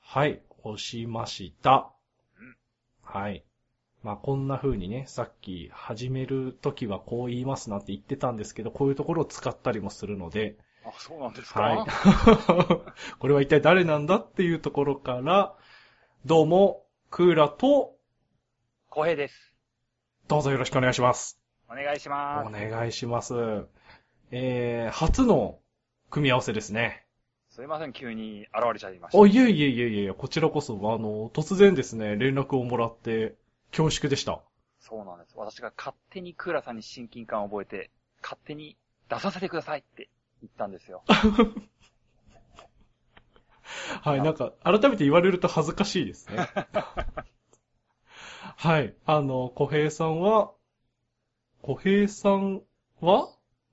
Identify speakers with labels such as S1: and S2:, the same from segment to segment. S1: はい、押しました
S2: うん。
S1: はい。まあ、こんな風にね、さっき始めるときはこう言いますなんて言ってたんですけど、こういうところを使ったりもするので、
S2: あ、そうなんですか、
S1: はい。 これは一体誰なんだっていうところから、どうも、クーラと、
S2: 小平です。
S1: どうぞよろしくお願いします。
S2: お願いします。
S1: お願いします。えー、初の組み合わせですね。
S2: すいません、急に現れちゃいました。
S1: あ、いえいえいえいえ、こちらこそ、あの、突然ですね、連絡をもらって、恐縮でした。
S2: そうなんです。私が勝手にクーラさんに親近感を覚えて、勝手に出させてくださいって言ったんですよ。
S1: はい、なんか、改めて言われると恥ずかしいです ね。はい、あの、小平さんは、小平さんは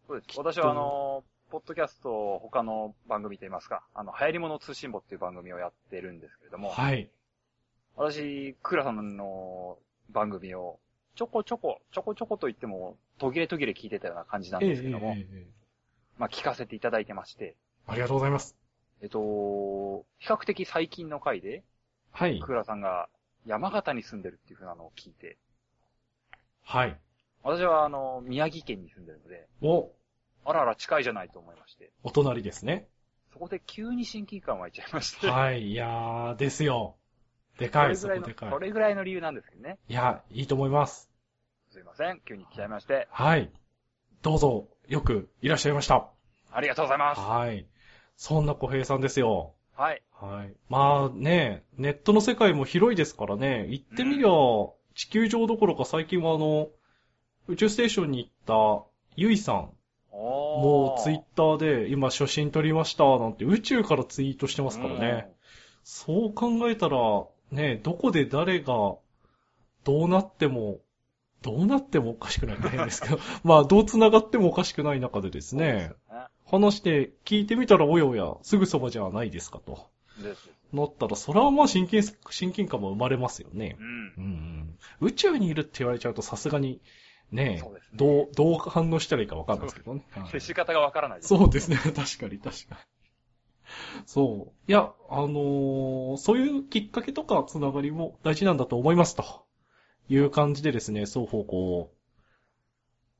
S2: そうです。私はあの、ポッドキャストを他の番組といいますか、あの、流行り物通信簿っていう番組をやってるんですけれども、
S1: はい。
S2: 私、クーラさんの番組を、ちょこちょこ、ちょこちょこと言っても、途切れ途切れ聞いてたような感じなん
S1: えええ
S2: ですけども、
S1: えええ
S2: まあ聞かせていただいてまして、
S1: ありがとうございます。
S2: えっと、比較的最近の回で、
S1: はい。
S2: クーラさんが山形に住んでるっていうふうなのを聞いて、
S1: はい。
S2: 私はあの、宮城県に住んでるので、
S1: お、
S2: あらあら近いじゃないと思いまして、
S1: お隣ですね。
S2: そこで急に親近感湧いちゃいまして、
S1: はい、いやー、ですよ。で
S2: そ
S1: かい、
S2: れぐ
S1: そ
S2: らい
S1: こ
S2: の
S1: でか
S2: そ
S1: い。
S2: れぐらいの理由なんですけどね。
S1: いや、いいと思います。
S2: すいません、急に来ちゃいまして、
S1: はい。どうぞ、よくいらっしゃいました。
S2: ありがとうございます。
S1: はい。そんな小平さんですよ。
S2: はい。
S1: はい。まあね、ネットの世界も広いですからね、行ってみりゃ、地球上どころか最近はあの、宇宙ステーションに行った、ゆいさん
S2: お
S1: もツイッターで、今写真撮りました、なんて宇宙からツイートしてますからね。そう考えたら、ね、どこで誰が、どうなっても、どうなってもおかしくないって変ですけど、 まあ、どう繋がってもおかしくない中でです
S2: うん。
S1: ね、
S2: そう
S1: 話して聞いてみたらおやおや、すぐそばじゃないですかと。
S2: ですね。ですです
S1: なったら、それはまあ親近、親近感も生まれますよね
S2: う。ん
S1: う。んうん、宇宙にいるって言われちゃうとさすがに、ね
S2: そうですね
S1: どう、どう反応したらいいかわかんないですけどね。はい
S2: 接し方がわからない。
S1: そうですね。 確かに、確かに。そう。いや、あのーそういうきっかけとかつながりも大事なんだと思います、という感じでですね、双方こう、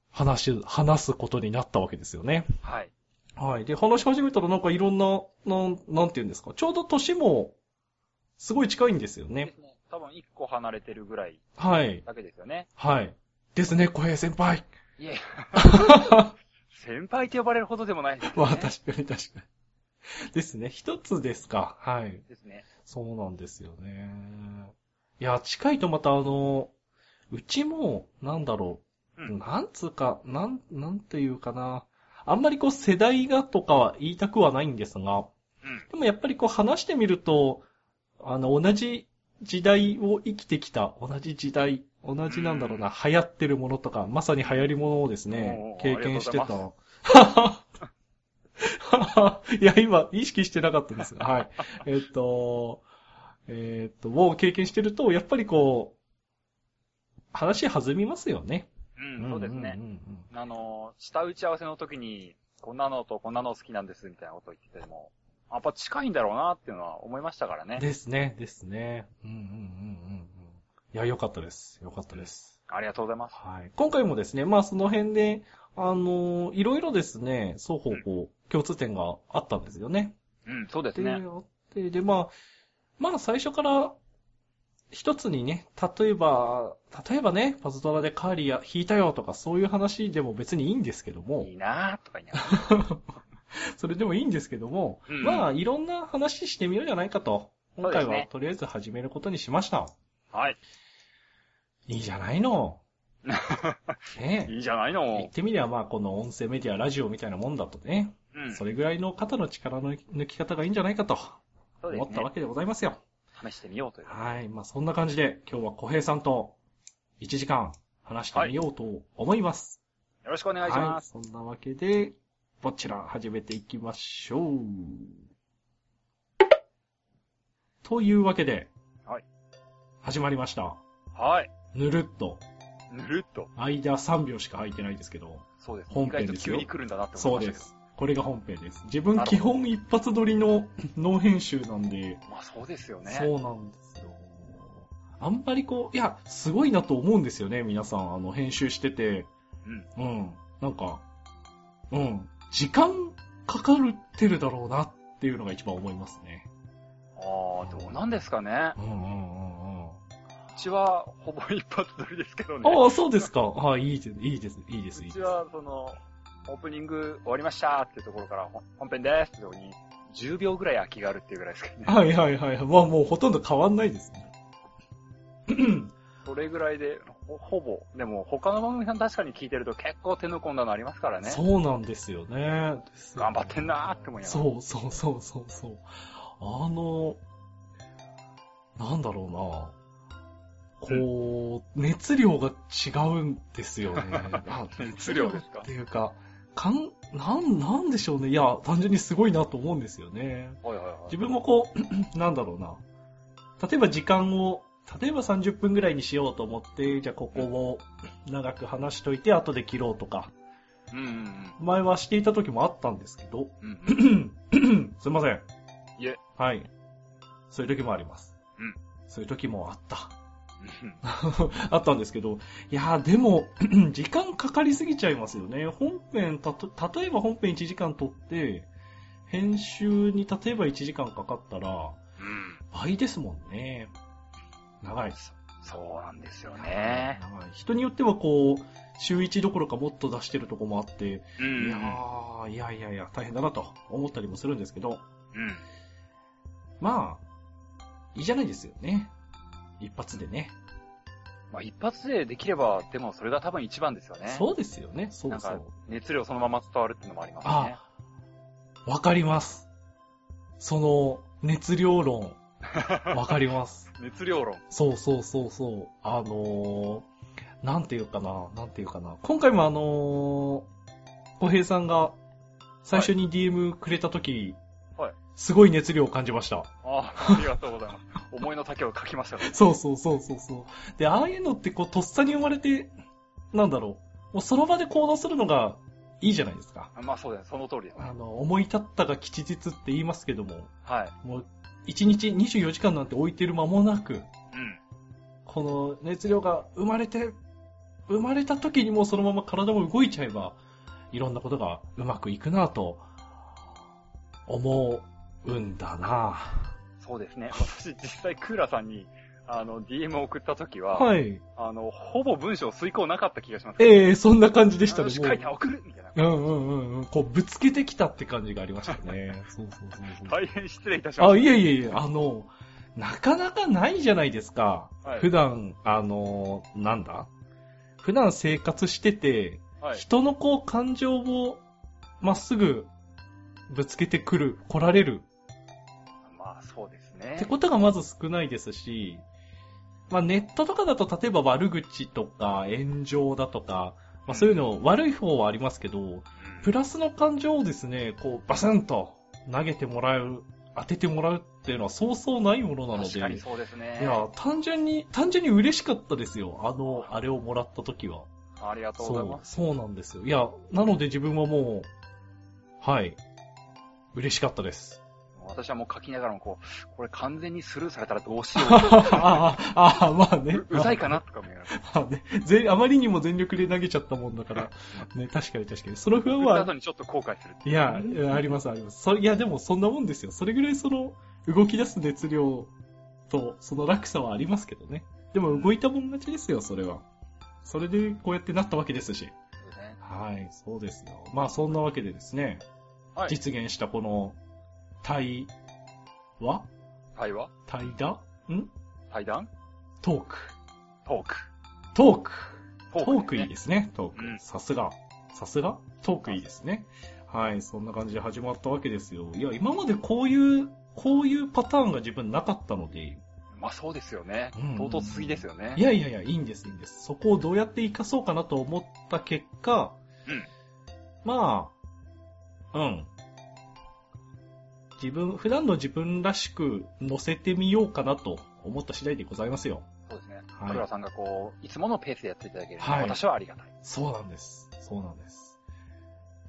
S1: 話し、話すことになったわけですよね。
S2: はい。
S1: はい。で、話し始めたらなんかいろんな、なん、なんて言うんですか。ちょうど年も、すごい近いんですよ
S2: で
S1: ね。
S2: すね。多分一個離れてるぐらい
S1: はい。
S2: だけですよね。
S1: はい。ですね、小平先輩。
S2: いえ。先輩って呼ばれるほどでもないですよ
S1: まあ、
S2: ね。
S1: 確かに確かに。ですね、一つですか。はい。
S2: ですね。
S1: そうなんですよね。いや、近いとまたあの、うちも、なんだろう、
S2: うん
S1: なんつうか、なん、なんていうかな。あんまりこう世代がとかは言いたくはないんですが、
S2: うん。
S1: でもやっぱりこう話してみると、あの、同じ時代を生きてきた、同じ時代、同じなんだろうな、流行ってるものとか、まさに流行りものをですね、
S2: おー
S1: 経験して
S2: ありがと
S1: た。 いや、今、意識してなかったんですが、はい。えっと、えっと、を経験してると、やっぱりこう、話弾みますよね。
S2: うん、そうですね
S1: ん。んうんうん
S2: あの、下打ち合わせの時に、こんなのとこんなの好きなんですみたいなことを言ってても、やっぱ近いんだろうなっていうのは思いましたからね。
S1: ですね、ですね。うんうんうんうんうん。いや、良かったです。良かったです。
S2: ありがとうございます。
S1: はい。今回もですね、まあその辺で、あのーいろいろですね、双方こう、共通点があったんですよね。
S2: うん、そうです
S1: で、あ
S2: ね。
S1: って、で、まあ、まあ最初から、一つにね、例えば、例えばね、パズドラでカーリア引いたよとかそういう話でも別にいいんですけども
S2: い、いなーとか言いながら。
S1: それでもいいんですけども、
S2: うん
S1: まあいろんな話してみようじゃないかと、今回
S2: そうです
S1: は
S2: ね
S1: とりあえず始めることにしました。
S2: はい。
S1: いいじゃないの。 ねえ
S2: いいじゃない
S1: 言っ
S2: の。
S1: てみればまあこの音声メディア、ラジオみたいなもんだとね、
S2: うん。
S1: そ
S2: そう
S1: れぐらいの肩の力の抜き方がいいんじゃないかと
S2: で
S1: 思
S2: す
S1: ったわ
S2: ね。
S1: けでございますよ。
S2: 試してみようという。
S1: はい。まあそんな感じで今日は小平さんと1時間話してみようと思います。
S2: よろしくお願いします。
S1: はい。そんなわけで、こちら始めていきましょう。というわけで、
S2: はい
S1: 始まりました。
S2: はい。
S1: ぬるっと、
S2: ぬるっと。
S1: 間3秒しか空いてないですけど、
S2: そうですね。
S1: 本
S2: 意外
S1: 編
S2: と
S1: です
S2: 急
S1: よ
S2: に来るんだなって
S1: そ
S2: 思
S1: う
S2: いまし
S1: で
S2: たけど。
S1: す。これが本編です。自分
S2: なるほ
S1: 基
S2: ど
S1: 本一発撮りのノー編集なんで、
S2: まあそうですよね。
S1: そうなんですよ。あんまりこう、いや、すごいなと思うんですよね、皆さん。あの、編集してて。
S2: うん。
S1: うん。なんか、うん。時間かかるってるだろうなっていうのが一番思いますね。
S2: ああ、どうなんですかね。
S1: うんうんうんうん。
S2: うちはほぼ一発撮りですけどね。
S1: ああ、そうですか。ああ、いいです、いいです、いいです、いいうです。
S2: ちは、その、オープニング終わりましたっていうところから、ほん本編ですってところに、10秒ぐらい空きがあるっていうぐらいですけど ね。
S1: はいはいはい。まあもうほとんど変わんないですね。
S2: それぐらいで、ほほぼ。でも、他の番組さん確かに聞いてると結構手の込んだのありますからね。
S1: そうなんですよね。ですよね
S2: 頑張ってんなーって思いながら。
S1: そうそうそうそうそう。あの、なんだろうな。こう、熱量が違うんです よね。あ
S2: 熱量ですか
S1: っていうか、かん、なん、なんでしょうね。いや、単純にすごいなと思うんですよね。
S2: はいはいはい。
S1: 自分もこう、 なんだろうな。例えば時間を、例えば30分ぐらいにしようと思って、じゃあここを長く話しといて、後で切ろうとか、
S2: うんうん
S1: 前はしていた時もあったんですけど、
S2: うん。うんうん。
S1: すいません。
S2: いえ。
S1: はい。そういう時もあります。
S2: うん。
S1: そういう時もあった。
S2: うん
S1: あったんですけど、いやーでも、 時間かかりすぎちゃいますよね。本編、たと、例えば本編1時間撮って、編集に例えば1時間かかったら、
S2: うん。
S1: 倍ですもんね。長い。
S2: そうなんですよね。
S1: 長い。人によってはこう、週1どころかもっと出してるとこもあって、
S2: う
S1: い
S2: ん
S1: やー、いやいやいや、大変だなと思ったりもするんですけど、
S2: うん。
S1: まあ、いいじゃないですよね。一発でね。
S2: まあ一発でできれば、でもそれが多分一番ですよね。
S1: そうですよね。そうそ
S2: なん
S1: う
S2: か。熱量そのまま伝わるっていうのもありますよね
S1: あ。、わかります。その、熱量論。わかり ます。
S2: 熱量論。
S1: そうそうそうそう。あのー、なんていうかな、なんていうかな。今回もあのー、小平さんが最初に DM くれた時、
S2: はい
S1: すごい熱量を感じました。
S2: ああ、ありがとうございます。思いの丈を書きましたから。
S1: そうそうそうそうそう。で、ああいうのってこう、とっさに生まれて、なんだろう。もうその場で行動するのがいいじゃないですか。
S2: まあそうだね、その通りですね
S1: あ。の、思い立ったが吉日って言いますけども、
S2: はい。
S1: もう、1日24時間なんて置いてる間もなく、
S2: うん。
S1: この熱量が生まれて、生まれた時にもうそのまま体も動いちゃえば、いろんなことがうまくいくなぁと、思うんだな
S2: そうですね。私、実際、クーラさんに、あの、DM を送った時は、
S1: ぁはい。
S2: あの、ほぼ文章遂行なかった気がします。
S1: ええそんな感じでした
S2: よ
S1: ね。
S2: し
S1: もう
S2: 書いて送るみたいな。
S1: うんうんうんうん。こう、ぶつけてきたって感じがありましたね。 そうそうそうそう。
S2: 大変失礼いたしま
S1: あ、
S2: し
S1: いえいえいえ、あの、なかなかないじゃないですか。
S2: た。はい
S1: 普段、あの、なんだ普段生活してて、
S2: はい。
S1: 人のこう感情をまっすぐぶつけてくる、来られる
S2: まあ、そうですね。
S1: ってことがまず少ないですし、まあネットとかだと例えば悪口とか炎上だとか、まあそういうの悪い方はありますけど、
S2: うん
S1: プラスの感情をですね、こうバスンと投げてもらう、当ててもらうっていうのはそうそうないものなので。
S2: 確かにそうですね。
S1: いや、単純に、単純に嬉しかったですよ。あの、あれをもらった時は。
S2: ありがとうござい
S1: そう
S2: ま、す。
S1: そうなんですよ。いや、なので自分はもう、はい。嬉しかった です。
S2: 私はもう書きながらもこう、これ完全にスルーされたらどうしよ
S1: ああ、ああ、まあ ね。
S2: う。うざいかなとか思いながら。
S1: まあねぜあまりにも全力で投げちゃったもんだから。ね、確かに確かに。その 不安
S2: 送った
S1: は
S2: 後、にちょっと後悔するって
S1: いうや、いやありますあります。そいや、でもそんなもんですよ。それぐらいその、動き出す熱量と、その落差はありますけどね。でも動いたもん勝ちですよ、それは。それでこうやってなったわけですし。
S2: ですね
S1: はい、そうですよ。まあそんなわけでですね、
S2: はい。
S1: 実現したこの、対話
S2: 対話
S1: 対談ん
S2: 対談
S1: トーク。
S2: トーク。
S1: トーク。ト
S2: ト
S1: ークいい
S2: で
S1: ですね、トー
S2: うん
S1: ク。さすが。さすがトークいいですね。はい、そんな感じで始まったわけですよ。いや、今までこういう、こういうパターンが自分なかったので、
S2: すね。まあそうですよね
S1: うん。
S2: 唐突すぎですよね。
S1: いやいやいや、いいんです、いいんです。そこをどうやって活かそうかなと思った結果、
S2: うん
S1: まあ、うん。自分、普段の自分らしく乗せてみようかなと思った次第でございますよ。
S2: そうですね。
S1: はい
S2: クラさんがこう、いつものペースでやっていただけると、
S1: はい
S2: 私はありがたい。
S1: そうなんです。そうなんです。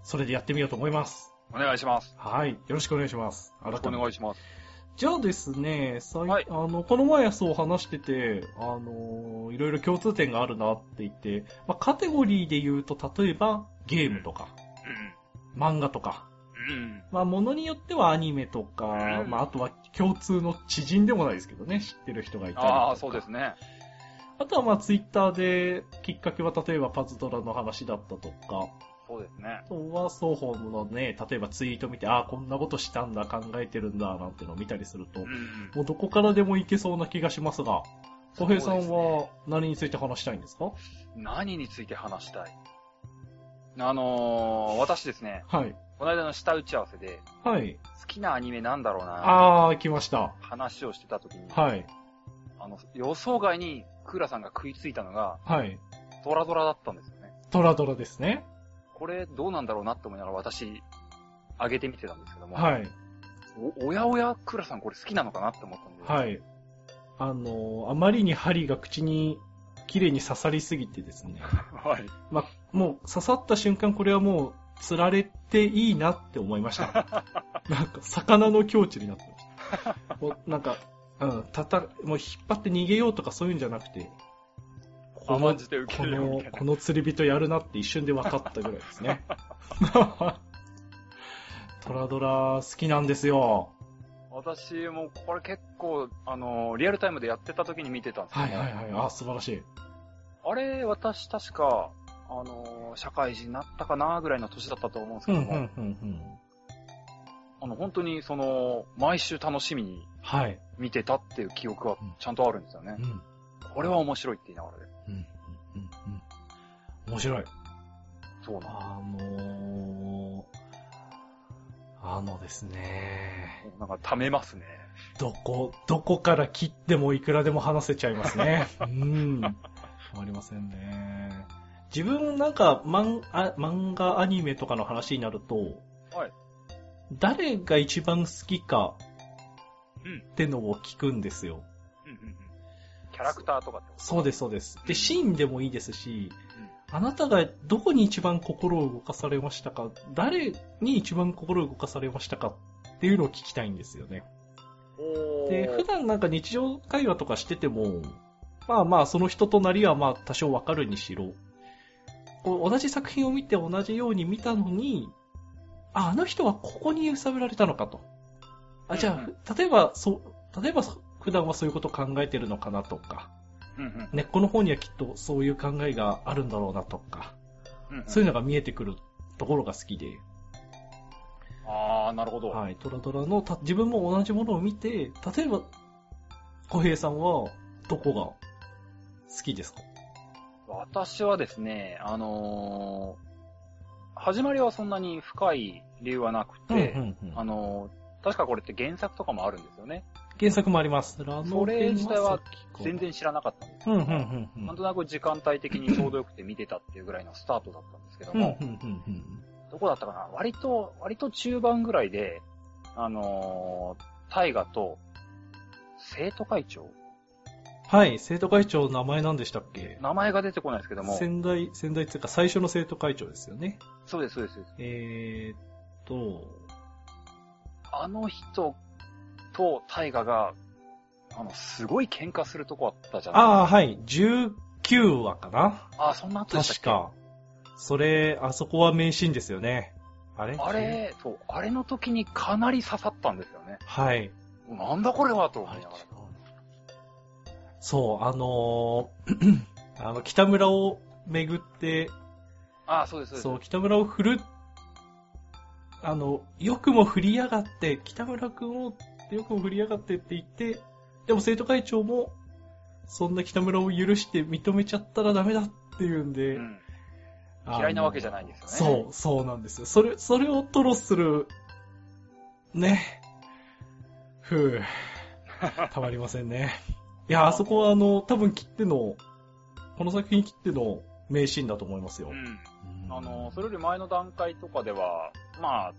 S1: それでやってみようと思います。
S2: お願いします。
S1: はい。よろしくお願いします。改
S2: よろしくお
S1: め
S2: 願
S1: て。
S2: いします。
S1: じゃあですね、さい
S2: はい
S1: あの、この前そう話してて、あのーいろいろ共通点があるなって言って、まあ、カテゴリーで言うと、例えば、ゲームとか、漫画とか、
S2: うん。うん。
S1: まあ、ものによってはアニメとか、
S2: うん
S1: まあ、あとは共通の知人でもないですけどね、知ってる人がいたりとか。
S2: ああ、そうですね。
S1: あとはまあ、ツイッターで、きっかけは例えばパズドラの話だったとか、
S2: そうですね
S1: あ。とは双方のね、例えばツイート見て、ああ、こんなことしたんだ、考えてるんだ、なんてのを見たりすると
S2: う、ん。
S1: もうどこからでもいけそうな気がしますが、小平さん
S2: そう
S1: は何について話したいんですか
S2: 何について話したいあのー、私ですね、
S1: はい。
S2: この間の下打ち合わせで、
S1: はい。
S2: 好きなアニメなんだろうな、
S1: ああ、来ました。
S2: 話をしてた時に、
S1: はい。
S2: あの、予想外にクーラさんが食いついたのが、
S1: はい。
S2: ドラドラだったんですよね。
S1: トラドラですね。
S2: これどうなんだろうなって思いながら私、上げてみてたんですけども、
S1: はい。
S2: おおやおや、クーラさんこれ好きなのかなって思ったんで、
S1: はい。あのー、あまりに針が口に綺麗に刺さりすぎて ですね。
S2: はい。
S1: まあ、もう刺さった瞬間、これはもう、釣られていいなって思いま した。なんか、魚の境地になってました。もうなんか、うん、たた、もう引っ張って逃げようとかそういうんじゃなくて、こ
S2: 甘
S1: の
S2: ん、じて受け
S1: こ
S2: 入れようみ
S1: の
S2: たい、な
S1: こ。の釣り人やるなって一瞬で分かったぐらいですね。 トラドラ好きなんですよ。
S2: 私もこれ結構、あのー、リアルタイムでやってた時に見てたんですけど
S1: はい
S2: ね、
S1: はいはい。あ、素晴らしい。
S2: あれ、私確か、あのー、社会人になったかなぐらいの年だったと思うんです
S1: う
S2: け
S1: んう
S2: ど
S1: ん
S2: も、
S1: うんうん。
S2: あの、本当にその、毎週楽しみに
S1: はい。
S2: 見てたっていう記憶は
S1: うん
S2: ちゃんとあるんですよね
S1: う。ん。うん
S2: これは面白いって言いながらで。
S1: うんうんうん。面白い。
S2: そうなん
S1: あのー、あのですね、
S2: なんか、溜めますね。
S1: どこ、どこから切ってもいくらでも話せちゃいますね。うん。止まりませんね。自分なんか、漫あ漫画、アニメとかの話になると、
S2: はい
S1: 誰が一番好きか
S2: うん
S1: ってのを聞くんですよ。
S2: キャラクターとかってこと
S1: そうです、そうです。で、シーンでもいいですし、
S2: う
S1: あなたがどこに一番心を動かされましたか誰に一番心を動かされましたかっていうのを聞きたいんですよね。
S2: おー
S1: で、普段なんか日常会話とかしてても、まあまあその人となりはまあ多少わかるにしろ、こう同じ作品を見て同じように見たのに、あ、あの人はここに揺さぶられたのかと。あ、じゃ
S2: うん
S1: あ、例えば、そう、例えばそ普段はそういうことを考えてるのかなとか、
S2: うんうん
S1: 根っこの方にはきっとそういう考えがあるんだろうなとか、
S2: うんうん
S1: そういうのが見えてくるところが好きで、
S2: あー、なるほど。
S1: はい、トラドラのた自分も同じものを見て、例えば、小平さんはどこが好きですか
S2: 私はですね、あのー始まりはそんなに深い理由はなくて、あのー確かこれって原作とかもあるんですよね。
S1: 原作もあります。ラ
S2: それ自体は全
S1: 然。
S2: 然知らなかったんですけ
S1: うん
S2: ど
S1: う
S2: も、
S1: んうんうん。
S2: なんとなく時間帯的にちょうどよくて見てたっていうぐらいのスタートだったんですけど
S1: うんうん
S2: も、
S1: うんうん
S2: どこだったかな割と、割と中盤ぐらいで、あのー、大河と、生徒会長
S1: はい、生徒会長の名前何でしたっけ
S2: 名前が出てこないですけども、
S1: 先代、先代っていうか最初の生徒会長ですよね。
S2: そうです、そうです。そうです
S1: えーっと、
S2: あの人と大河が、あの、すごい喧嘩するとこあったじゃない
S1: ああ、はい、19話かな
S2: ああ、そんな後でしたっ
S1: 確か。
S2: け
S1: それ、あそこは名シーンですよね。あれ
S2: あれ、そう、あれの時にかなり刺さったんですよね。
S1: はい。
S2: なんだこれはと思いながら。
S1: そう、あのー あの、北村を巡って、
S2: ああ、そうです、そうです。
S1: そう、北村を振る、あの、よくも振りやがって、北村くんを、よくも振りやがってって言って、でも生徒会長も、そんな北村を許して認めちゃったらダメだっていうんで、
S2: うん嫌いなわけじゃないんですよね
S1: そう、そうなんですよ。それ、それを吐露する、ね。ふ ぅ。たまりませんね。いや、あそこはあの、多分切っての、この作品切っての名シーンだと思いますよ。
S2: うんあの、それより前の段階とかでは、まあ、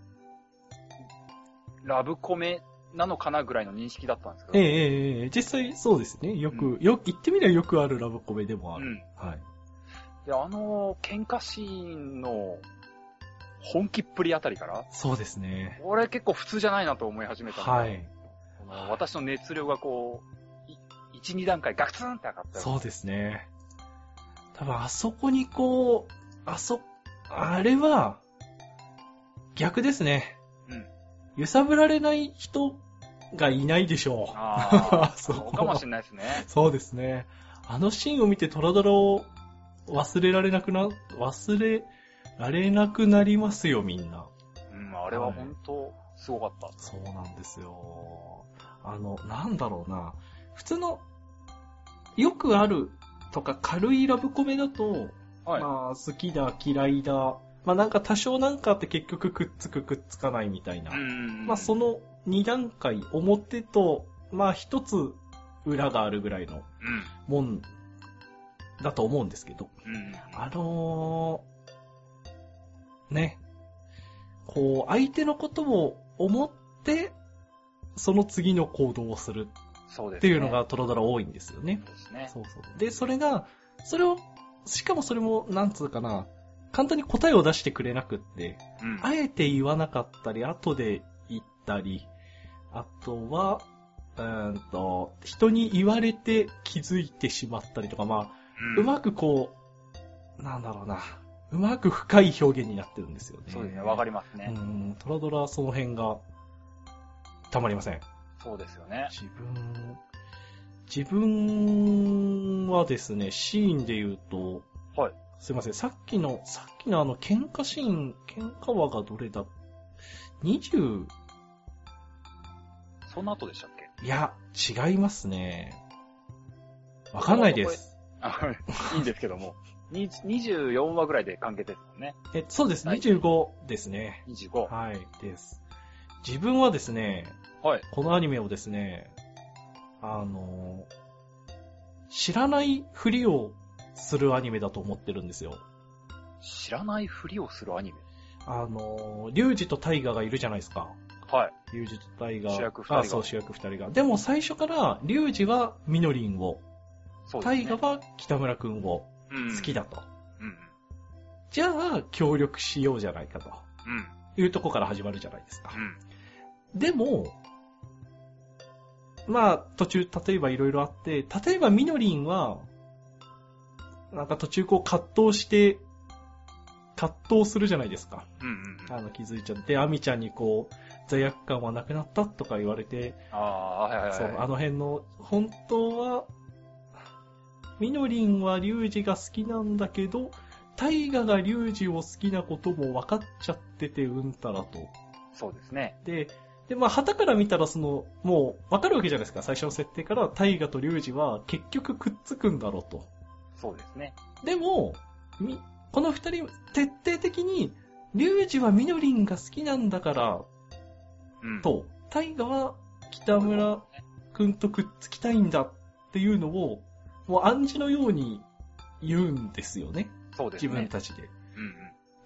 S2: ラブコメなのかなぐらいの認識だったんですけど、
S1: ええええええ、実際そうですね。よく、よく、言ってみればよくあるラブコメでもあ
S2: う
S1: る。
S2: ん。
S1: はい。
S2: で、あの、喧嘩シーンの本気っぷりあたりから、
S1: そうですね。
S2: 俺結構普通じゃないなと思い始めたので
S1: はい。
S2: この私の熱量がこう、い一、二段階ガツンって上がった。
S1: そうですね。多分あそこにこう、あそ、あれは、逆ですね。
S2: うん
S1: 揺さぶられない人がいないでしょう。
S2: ああ、
S1: そう
S2: そうかもしれないですね。
S1: そうですね。あのシーンを見てトラドラを忘れられなくな、忘れられなくなりますよ、みんな。
S2: うん、あれは本当、すごかった。
S1: そうなんですよ。あの、なんだろうな。普通の、よくあるとか軽いラブコメだと、
S2: はい。
S1: まあ、好きだ、嫌いだ、まあなんか多少なんかあって結局くっつくくっつかないみたいな。
S2: うん
S1: まあそ、の2段階、表と、まあ一つ裏があるぐらいの
S2: う
S1: もんだと思うんですけど。
S2: ん。うん。
S1: あのー、ね。こう、相手のことを思って、その次の行動をする
S2: そうですね。
S1: っていうのがトロドラ多いんですよね。
S2: そうですね。
S1: そうそう。で、それが、それを、しかもそれも、なんつうかな、簡単に答えを出してくれなくって、
S2: うん。
S1: あえて言わなかったり、後で言ったり、あとは、うーんと、人に言われて気づいてしまったりとか、まあ、うまくこう、なんだろうな、うまく深い表現になってるんですよね。
S2: そうですね。わか
S1: り
S2: りますね。
S1: うん、トラドラはその辺が、たまりません。
S2: そうですよね。
S1: 自分、自分はですね、シーンで言うと、
S2: はい。
S1: すいません、さっきの、さっきのあの、喧嘩シーン、喧嘩話がどれだ ?20、
S2: その後でしたっけ
S1: いや、違いますね。わかんないです。
S2: あいいんですけども。に24話ぐらいで完結ですもんね。
S1: え、そうです、
S2: はい
S1: 25ですね。
S2: 25。
S1: はい、です。自分はですね、
S2: はい。
S1: このアニメをですね、あの、知らないふりをするアニメだと思ってるんですよ。
S2: 知らないふりをするアニメ。
S1: あのー、リュウジとタイガがいるじゃないですか。
S2: はい。
S1: リュウジとタイガ。
S2: 主役二人が
S1: あ、そう、主役二人が。でも最初から、リュウジはミノリンを、
S2: そうで
S1: タ
S2: すね。
S1: イガは北村くんを好き
S2: だ。
S1: だと。
S2: うん。
S1: じゃあ、協力しようじゃないかと。
S2: うん。
S1: いうとこから始まるじゃないですか。
S2: うん。
S1: でも、まあ、途中、例えばいろいろあって、例えばミノリンは、なんか途中こう葛藤して、葛藤するじゃないですか。
S2: うん。うん。うん。
S1: あの、気づいちゃって、アミちゃんにこう、罪悪感はなくなったとか言われて、
S2: ああ、はいはいはい。
S1: そう、あの辺の、本当は、みのりんはリュウジが好きなんだけど、タイガがリュウジを好きなことも分かっちゃってて、うんたらと。
S2: そうですね。
S1: で、で、まあ、旗から見たら、その、もう、分かるわけじゃないですか。最初の設定から、タイガとリュウジは結局くっつくんだろうと。
S2: そうですね。
S1: でも、みこの二人、徹底的に、リュウジはみのりんが好きなんだから、
S2: うん。
S1: と、タイガは北村くんとくっつきたいんだっていうのを、もう暗示のように言うんですよね。
S2: そうです
S1: 自
S2: ね。
S1: 分たちで。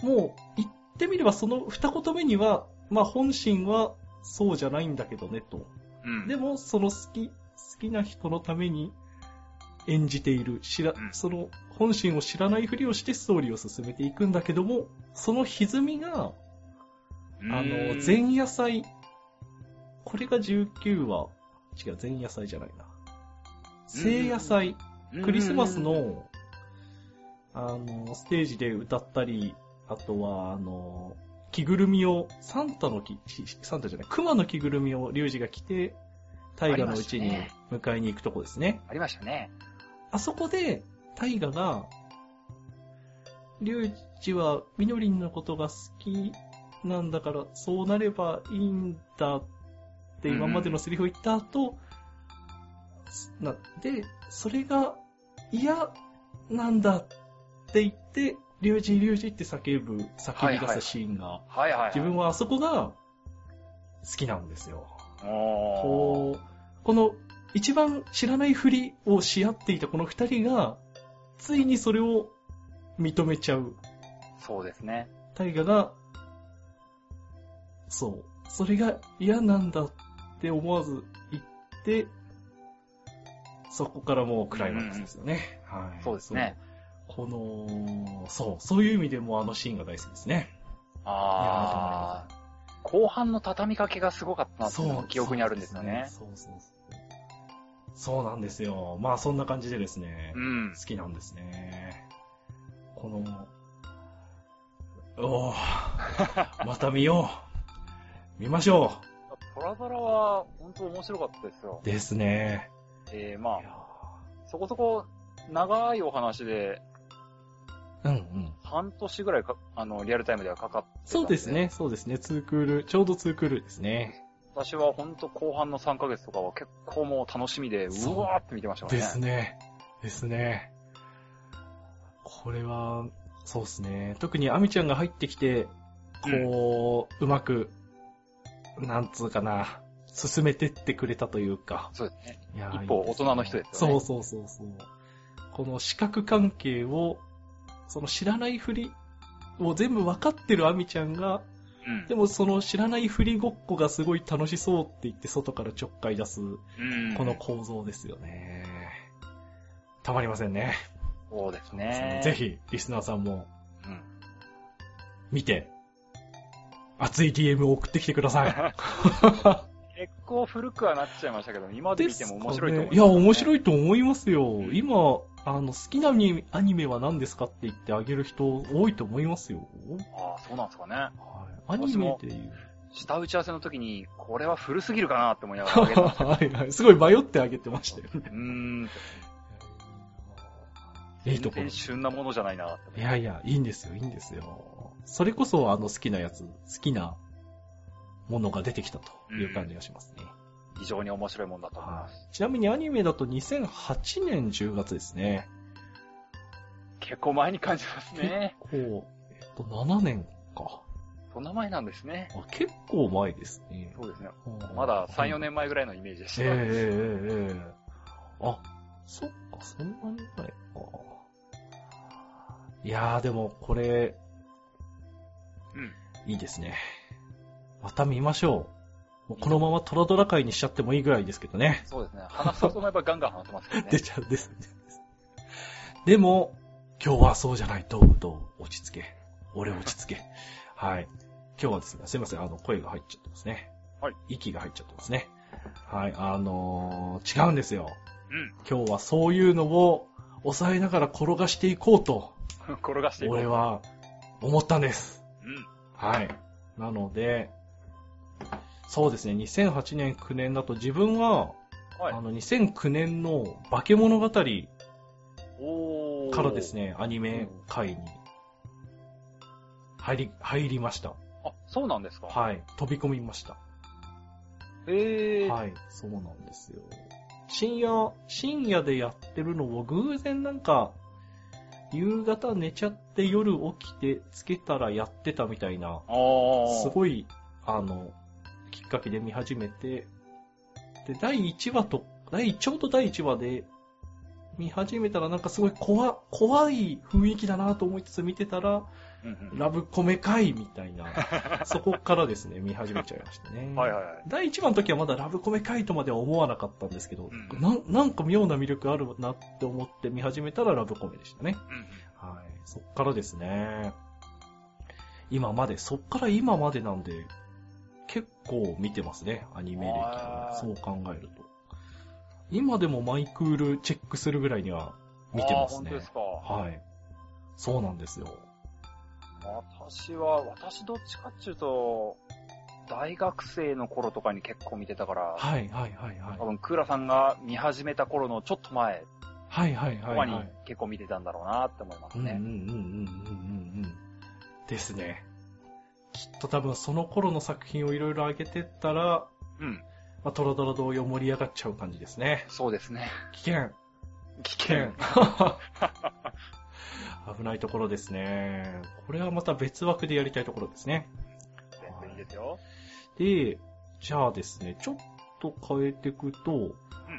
S2: うん
S1: もう、言ってみればその二言目には、まあ本心はそうじゃないんだけどねと。
S2: うん。うん。
S1: でも、その好き、好きな人のために演じている、知ら
S2: うん、
S1: その本心を知らないふりをしてストーリーを進めていくんだけども、その歪みが、
S2: うん、
S1: あの、前夜祭。これが19話。違う、前夜祭じゃないな。聖夜祭。クリスマス
S2: うん、
S1: の、あの、ステージで歌ったり、あとは、あの、着ぐるみを、サンタの着、しサンタじゃない、熊の着ぐるみをリュウジが着て、タイガのうちに迎えに行くとこですね。
S2: ありましたね。
S1: あそこで、タイガが、リュウジはみのりんのことが好きなんだから、そうなればいいんだって今までのセリフを言った後、なで、それが嫌なんだって言って、リュウジ、リュウジって叫ぶ、叫び出すシーンが、
S2: はいはい、はい。
S1: 自分はあそこが好きなんですよ。
S2: おー。
S1: こう、この一番知らないふりをし合っていたこの二人が、ついにそれを認めちゃう。
S2: そうですね。
S1: 大河が、そう、それが嫌なんだって思わず言って、そこからもうクライマックスですよね。はい。
S2: そうですね。
S1: そう。この、そう、そういう意味でもうあのシーンが大好きですね。
S2: ああ。後半の畳みかけがすごかったなっていうのが記憶にあるんですよね。
S1: そうそうそう。そうなんですよ。まあそんな感じでですね
S2: う、ん。
S1: 好きなんですね。この、お ーまた見よう。見ましょ
S2: トラドラは本当面白かったですよ
S1: う。。ですね。
S2: えー、ま
S1: いや
S2: あ、そこそこ長いお話で、
S1: ーうんうん。
S2: 半年ぐらいか、あの、リアルタイムではかかってたん
S1: そうです。ね、そうですね。2クール、ちょうど2クールですね。
S2: 私は本当後半の3ヶ月とかは結構もう楽しみで、
S1: そう
S2: うわーって見てましたから
S1: で
S2: ね。
S1: すね。ですね。これは、そうですね。特にアミちゃんが入ってきて、こう、うまく、なんつうかな、進めてってくれたというか。
S2: そうですね。
S1: いやー
S2: 一歩大人の人ですよ
S1: そ
S2: ね
S1: うそうそうそう。この視覚関係を、その知らないふりを全部わかってるアミちゃんが、
S2: うん。
S1: でもその知らないふりごっこがすごい楽しそうって言って外からちょっかい出す、
S2: うん、
S1: この構造ですよね。たまりませんね。
S2: そうですね。
S1: ぜ。ひ、リスナーさんも
S2: うん。
S1: 見て、熱い DM を送ってきてください。
S2: 結構古くはなっちゃいましたけど、今まで見ても面白いと思います、
S1: いや、面白
S2: い。
S1: いと思いますよ
S2: ん。
S1: 今、あの、好きなアニメアニメは何ですかって言ってあげる人多いと思いますよ。
S2: ああ、そうなんですかね。
S1: はい、アニメっていう。
S2: 下打ち合わせの時に、これは古すぎるかなって思いながら 上げてました。
S1: はいはい。すごい迷ってあげてましたよね。
S2: うーん。
S1: いいところ
S2: 全然。旬なものじゃないなって思
S1: い
S2: い
S1: やいや、いいんですよ、いいんですよ。それこそ、あの、好きなやつ、好きなものが出てきたという感じがしますね。
S2: 非常に面白いもんだと思いま
S1: は
S2: す。
S1: い。ちなみにアニメだと2008年10月ですね。
S2: 結構前に感じますね。
S1: こう、えっと、7年か。
S2: そんな前なんですね。
S1: あ結構前ですね。
S2: そうですね。
S1: うん
S2: まだ3、4。年前ぐらいのイメージでした。
S1: ええええええあ、そっか、そんなに前か。いやー、でも、これ、
S2: うん。
S1: いいですね。また見ましょう。もうこのままトラドラ界にしちゃってもいいぐらいですけどね。
S2: そうですね。話そうと思えばガンガン話せますけどね。
S1: 出ちゃうんです。でも、今日はそうじゃない。どうどう落ち着け。俺落ち着け。はい。今日はですね、すいません。あの、声が入っちゃってますね。
S2: はい。
S1: 息が入っちゃってますね。はい。あのー違うんですよ。
S2: うん。
S1: 今日はそういうのを抑えながら転がしていこうと、
S2: 転がしていこう。
S1: 俺は思ったんです。
S2: うん。
S1: はい。なので、そうですね、2008年、9年だと自分は、
S2: はい
S1: あの、2009年の化け物語か
S2: おー。
S1: らです。ね、アニメ界に入り、入りました。
S2: あ、そうなんですか。
S1: はい。飛び込みました。
S2: えー。
S1: はい。そうなんですよ。深夜、深夜でやってるのを偶然なんか、夕方寝ちゃって夜起きてつけたらやってたみたいな
S2: あー。
S1: すごい、あの、きっかけで見始めて、で、第1話と、第、ちょうど第1話で見始めたらなんかすごい怖、怖い雰囲気だなと思いつつ見てたら、
S2: うんうん
S1: ラブコメかいみた いな、そこからですね、見始めちゃいましたね。
S2: はいはいはい。
S1: 第1話の時はまだラブコメかいとまでは思わなかったんですけど、
S2: うん
S1: ななんか妙な魅力あるなって思って見始めたらラブコメでしたね。
S2: うんうん
S1: はい。そっからですね。今まで、そっから今までなんで、結構見てますね、アニメ歴
S2: あ
S1: は。
S2: ー
S1: そう考えると。今でもマイクールチェックするぐらいには見てます
S2: あー本当で
S1: ね。
S2: すか。
S1: はい。そうなんですよ。
S2: 私は、私どっちかっていうと、大学生の頃とかに結構見てたから、
S1: はいはいはい
S2: 多
S1: はい。
S2: 分クーラさんが見始めた頃のちょっと前
S1: はいはい
S2: と
S1: はい、
S2: か
S1: はい
S2: に。結構見てたんだろうなって思います
S1: うんうんうんうん
S2: ね。
S1: うんうん。ですね。きっと多分その頃の作品をいろいろ上げてったら、
S2: うん。
S1: まあ、トロトロ同様盛り上がっちゃう感じですね。
S2: そうですね。
S1: 危険。
S2: 危
S1: 危
S2: 険。
S1: 危ないところですね。これはまた別枠でやりたいところですね。
S2: 全然いいですよ。
S1: で、じゃあですね、ちょっと変えていくと、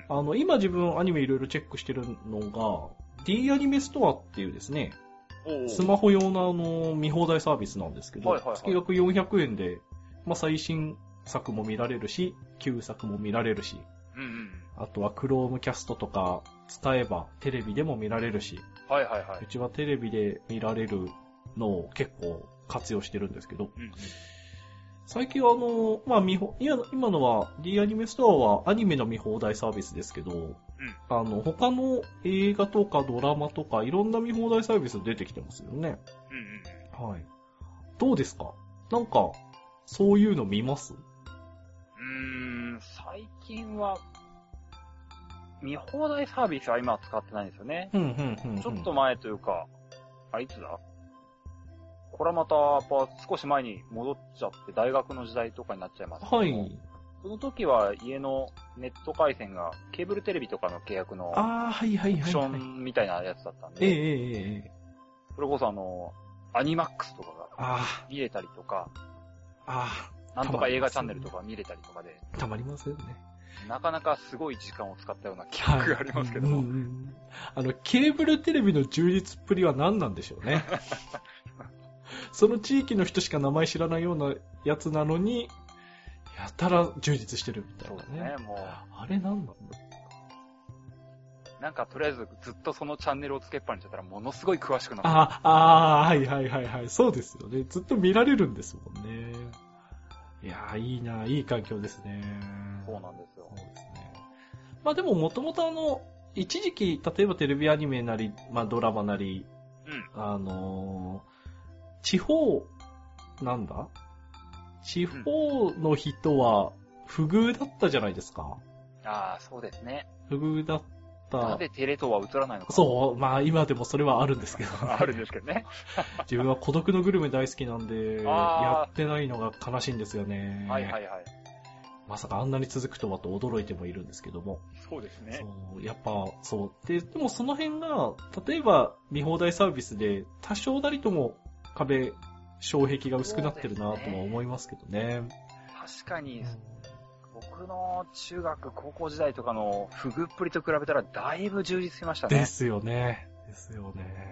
S1: あの、今自分アニメいろいろチェックしてるのが、D アニメストアっていうですね、
S2: おう
S1: スマホ用のあの、見放題サービスなんですけど、
S2: はいはいはい
S1: 月額400円で、まあ、最新作も見られるし、旧作も見られるし、
S2: うんうん。
S1: あとは Chromecast とか使えばテレビでも見られるし、
S2: はいはいは
S1: う
S2: い。
S1: ちはテレビで見られるのを結構活用してるんですけど、
S2: うんうん
S1: 最近あの、まあ見ほ、いや今のは D アニメストアはアニメの見放題サービスですけど、あの、他の映画とかドラマとかいろんな見放題サービス出てきてますよね。
S2: うんうん
S1: はい。どうですかなんか、そういうの見ます
S2: うん。うーん、最近は、見放題サービスは今は使ってないんですよね。
S1: うん、うん、うん。
S2: ちょっと前というか、あ、いつだこれはまた、やっぱ少し前に戻っちゃって、大学の時代とかになっちゃいますけども
S1: はい。
S2: その時は家のネット回線がケーブルテレビとかの契約のオ
S1: ああ、はいはい
S2: プ
S1: はい、
S2: ショ
S1: はい。
S2: ンみたいなやつだったん
S1: えええ
S2: で、
S1: えええ
S2: それこそあの、アニマックスとかが
S1: あ
S2: 見れたりとか、
S1: あ、あ
S2: なんとか映画チャンネルとか見れたりとかで、
S1: あ、たまりますよね。
S2: なかなかすごい時間を使ったような記憶がありますけど
S1: う
S2: も、
S1: んうんうんあの、ケーブルテレビの充実っぷりは何なんでしょう ね。その地域の人しか名前知らないようなやつなのに、やたら充実してるみたい
S2: そう
S1: な
S2: です
S1: ね。
S2: ね、も
S1: あれ何なんだろ
S2: う、なんかとりあえずずっとそのチャンネルをつけっぱにしちゃったらものすごい詳しくなる。
S1: あ、ああ、はいはいはいはい。そうですよね。ずっと見られるんですもんね。いやー、いいな、いい環境ですね。
S2: そうなんですよ
S1: そう。ですね。まあでももともとあの、一時期、例えばテレビアニメなり、まあドラマなり、
S2: うん
S1: あのー地方、なんだ地方の人は不遇だったじゃないですか。
S2: ああ、そうですね。
S1: 不遇だった。
S2: なぜテレ東は映らないのか。う。
S1: そう、まあ今でもそれはあるんですけど、
S2: あるんですけどね。
S1: 自分は孤独のグルメ大好きなんで、
S2: あー
S1: やってないのが悲しいんですよね。
S2: はいはいはい。
S1: まさかあんなに続くとはと驚いてもいるんですけども。
S2: そうですね。
S1: そう、やっぱ、そう。で、でもその辺が、例えば見放題サービスで、多少なりとも壁、障壁が薄くなってるなとは思いますけどね。
S2: 確かに、僕の中学、高校時代とかのフグっぷりと比べたらだいぶ充実しました
S1: で
S2: ね。
S1: すよね。ですよね。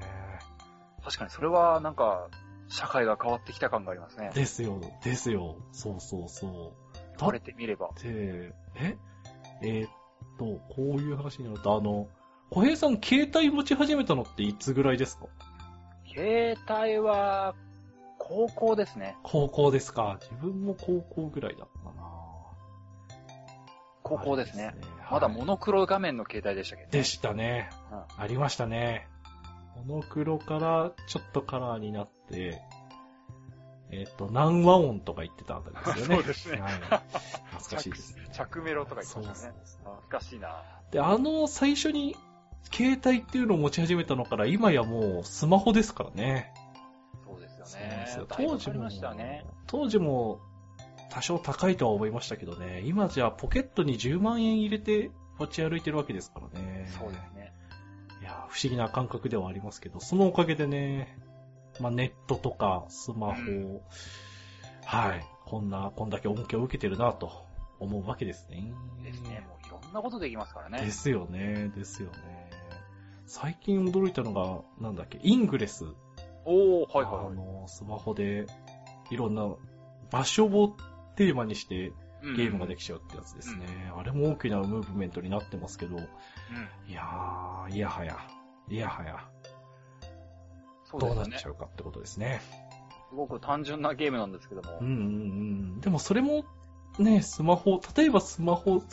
S2: 確かにそれはなんか、社会が変わってきた感がありますね。
S1: ですよ、ですよ。そうそうそう。
S2: 言われてみれば。
S1: で、ええーっと、こういう話になると、あの、小平さん携帯持ち始めたのっていつぐらいですか
S2: 携帯は、高校ですね。
S1: 高校ですか。自分も高校ぐらいだったな
S2: 高校ですね。
S1: あれではい
S2: まだモノクロ画面の携帯でしたけど、ね。
S1: でしたね。ありましたね。モノクロからちょっとカラーになって、えーっと、何和音とか言ってたあたりですよね。
S2: そうですね
S1: はい。懐かしいですね。
S2: 着メロとか言ってましたね。
S1: そうそうそう
S2: 懐かしいな。
S1: で、あの、最初に、携帯っていうのを持ち始めたのから、今やもうスマホですからね。
S2: そうですよ
S1: そうなん
S2: ね
S1: です。よ
S2: だいぶ
S1: 当時
S2: 変わり
S1: も
S2: ましたね。、
S1: 当時も多少高いとは思いましたけどね、今じゃポケットに10万円入れて持ち歩いてるわけですからね。
S2: そうですね。
S1: いや、不思議な感覚ではありますけど、そのおかげでね、まあ、ネットとかスマホ、
S2: うん
S1: はい、こんな、こんだけ恩恵を受けてるなと思うわけですね。
S2: ですね。もういろんなことできますからね。
S1: ですよね、ですよね。最近驚いたのが、なんだっけ、イングレス。
S2: おー、はいはい
S1: あ
S2: はい。
S1: の、スマホで、いろんな場所をテーマにして
S2: うん
S1: ゲームができちゃうってやつですね。あれも大きなムーブメントになってますけど、
S2: うん
S1: いやー、いやはや、いやはや、
S2: そう
S1: ど
S2: で
S1: うな
S2: すよ
S1: っ
S2: ね
S1: ちゃ。うかってことですね。
S2: すごく単純なゲームなんですけども
S1: うん。うんうん。でもそれも、ね、スマホ、例えばスマホ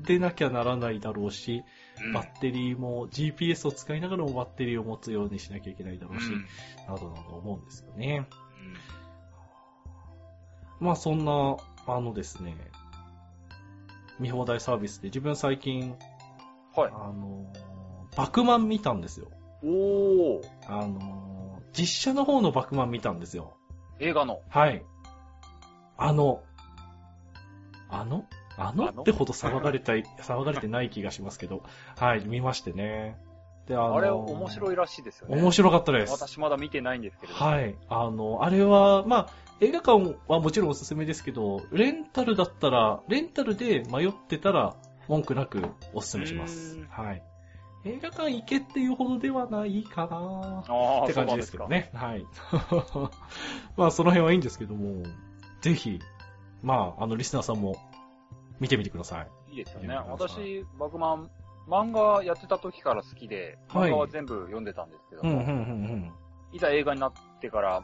S1: でなきゃならないだろうし、
S2: うん
S1: バッテリーも GPS を使いながらもバッテリーを持つようにしなきゃいけないだろうし、
S2: うん
S1: などなど思うんですよね。まあそんな、あのですね、見放題サービスで自分最近、
S2: はい。
S1: あのー、バクマン見たんですよ。
S2: おー、
S1: あのー、実写の方のバクマン見たんですよ。
S2: 映画の。
S1: はい。あの、あのあの
S2: あの
S1: ってほど騒がれたい、 騒がれてない気がしますけど、はい、見ましてね。で、あのー
S2: あれ面白いらしいですよね。
S1: 面白かったです。
S2: 私まだ見てないんですけれども。
S1: はい。あの、あれは、まあ、映画館はもちろんおすすめですけど、レンタルだったら、レンタルで迷ってたら、文句なくおすすめします
S2: うーん。
S1: はい。映画館行けっていうほどではないかな
S2: ああ、
S1: って感じですけどね。はい。 まあ、その辺はいいんですけども、ぜひ、まあ、あの、リスナーさんも、見てみてください。
S2: そうなんですか。いいですよ
S1: い
S2: ね。
S1: や
S2: 私、バグマン、漫画やってた時から好きで、
S1: はい
S2: 漫画は全部読んでたんですけど
S1: うん、うん、
S2: も、
S1: うん、うん。
S2: いざ映画になってから、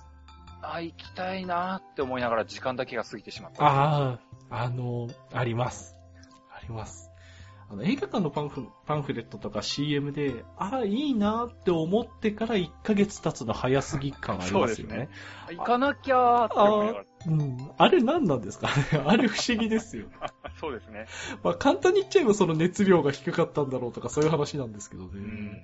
S2: あ、行きたいなって思いながら時間だけが過ぎてしまった。
S1: ああ、あの、あります。あります。あの、映画館のパンフパンフレットとか CM で、ああ、いいなって思ってから1ヶ月経つの早すぎ感ありますよね。
S2: 行かなきゃーって思いながら。
S1: うん。あれ何なんですか ねあれ不思議ですよ。
S2: そうですね。
S1: まあ簡単に言っちゃえばその熱量が低かったんだろうとかそういう話なんですけどね。
S2: うん。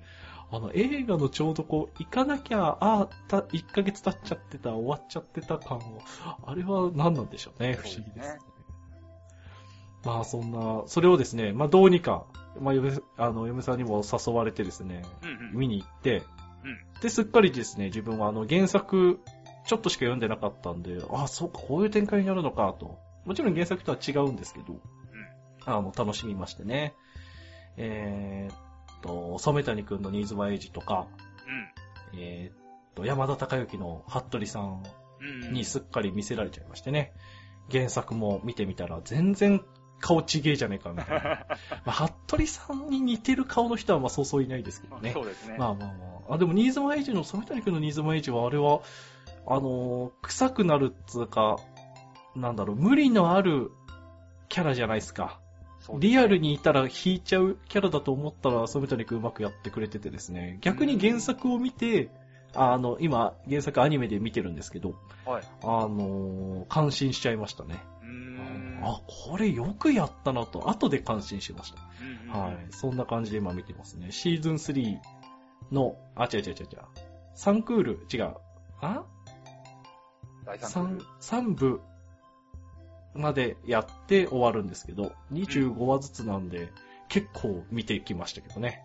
S1: あの、映画のちょうどこう、行かなきゃ、ああ、た、1ヶ月経っちゃってた、終わっちゃってた感を、あれは何なんでしょうね。不思議ですね。まあそんな、それをですね、まあどうにか、まあ嫁、あの、嫁さんにも誘われてですね、
S2: うんうん。
S1: 見に行って、
S2: う
S1: で、すっかりですね、自分はあの原作、ちょっとしか読んでなかったんで、ああ、そうか、こういう展開になるのか、と。もちろん原作とは違うんですけど、あの、楽しみましてね。えー、っと、染谷くんの新妻英治とか、えー、っと、山田孝之の服部さん
S2: うん。うん。
S1: にすっかり見せられちゃいましてね。原作も見てみたら、全然顔ちげえじゃねえか、み たいな。まあ、服部さんに似てる顔の人はまあそうそういないですけどね。
S2: そうですね。
S1: まあまあまあ。あ、でも、新妻エイジの、染谷君の新妻エイジは、あれは、あのー臭くなるっつうか、なんだろう、無理のあるキャラじゃないですか。
S2: そうですね
S1: リアルにいたら引いちゃうキャラだと思ったら、染谷君うまくやってくれててですね。逆に原作を見て、あの、今、原作アニメで見てるんですけど、
S2: はい。
S1: あのー感心しちゃいましたね。
S2: うーん。
S1: あ、これよくやったなと、後で感心しました。
S2: うんうん
S1: はい。そんな感じで今見てますね。シーズン3の、あ、違う違う違う違う。サンクール、違う。あ
S2: 第三
S1: 三三部までやって終わるんですけど、25話ずつなんで、結構見てきましたけどね。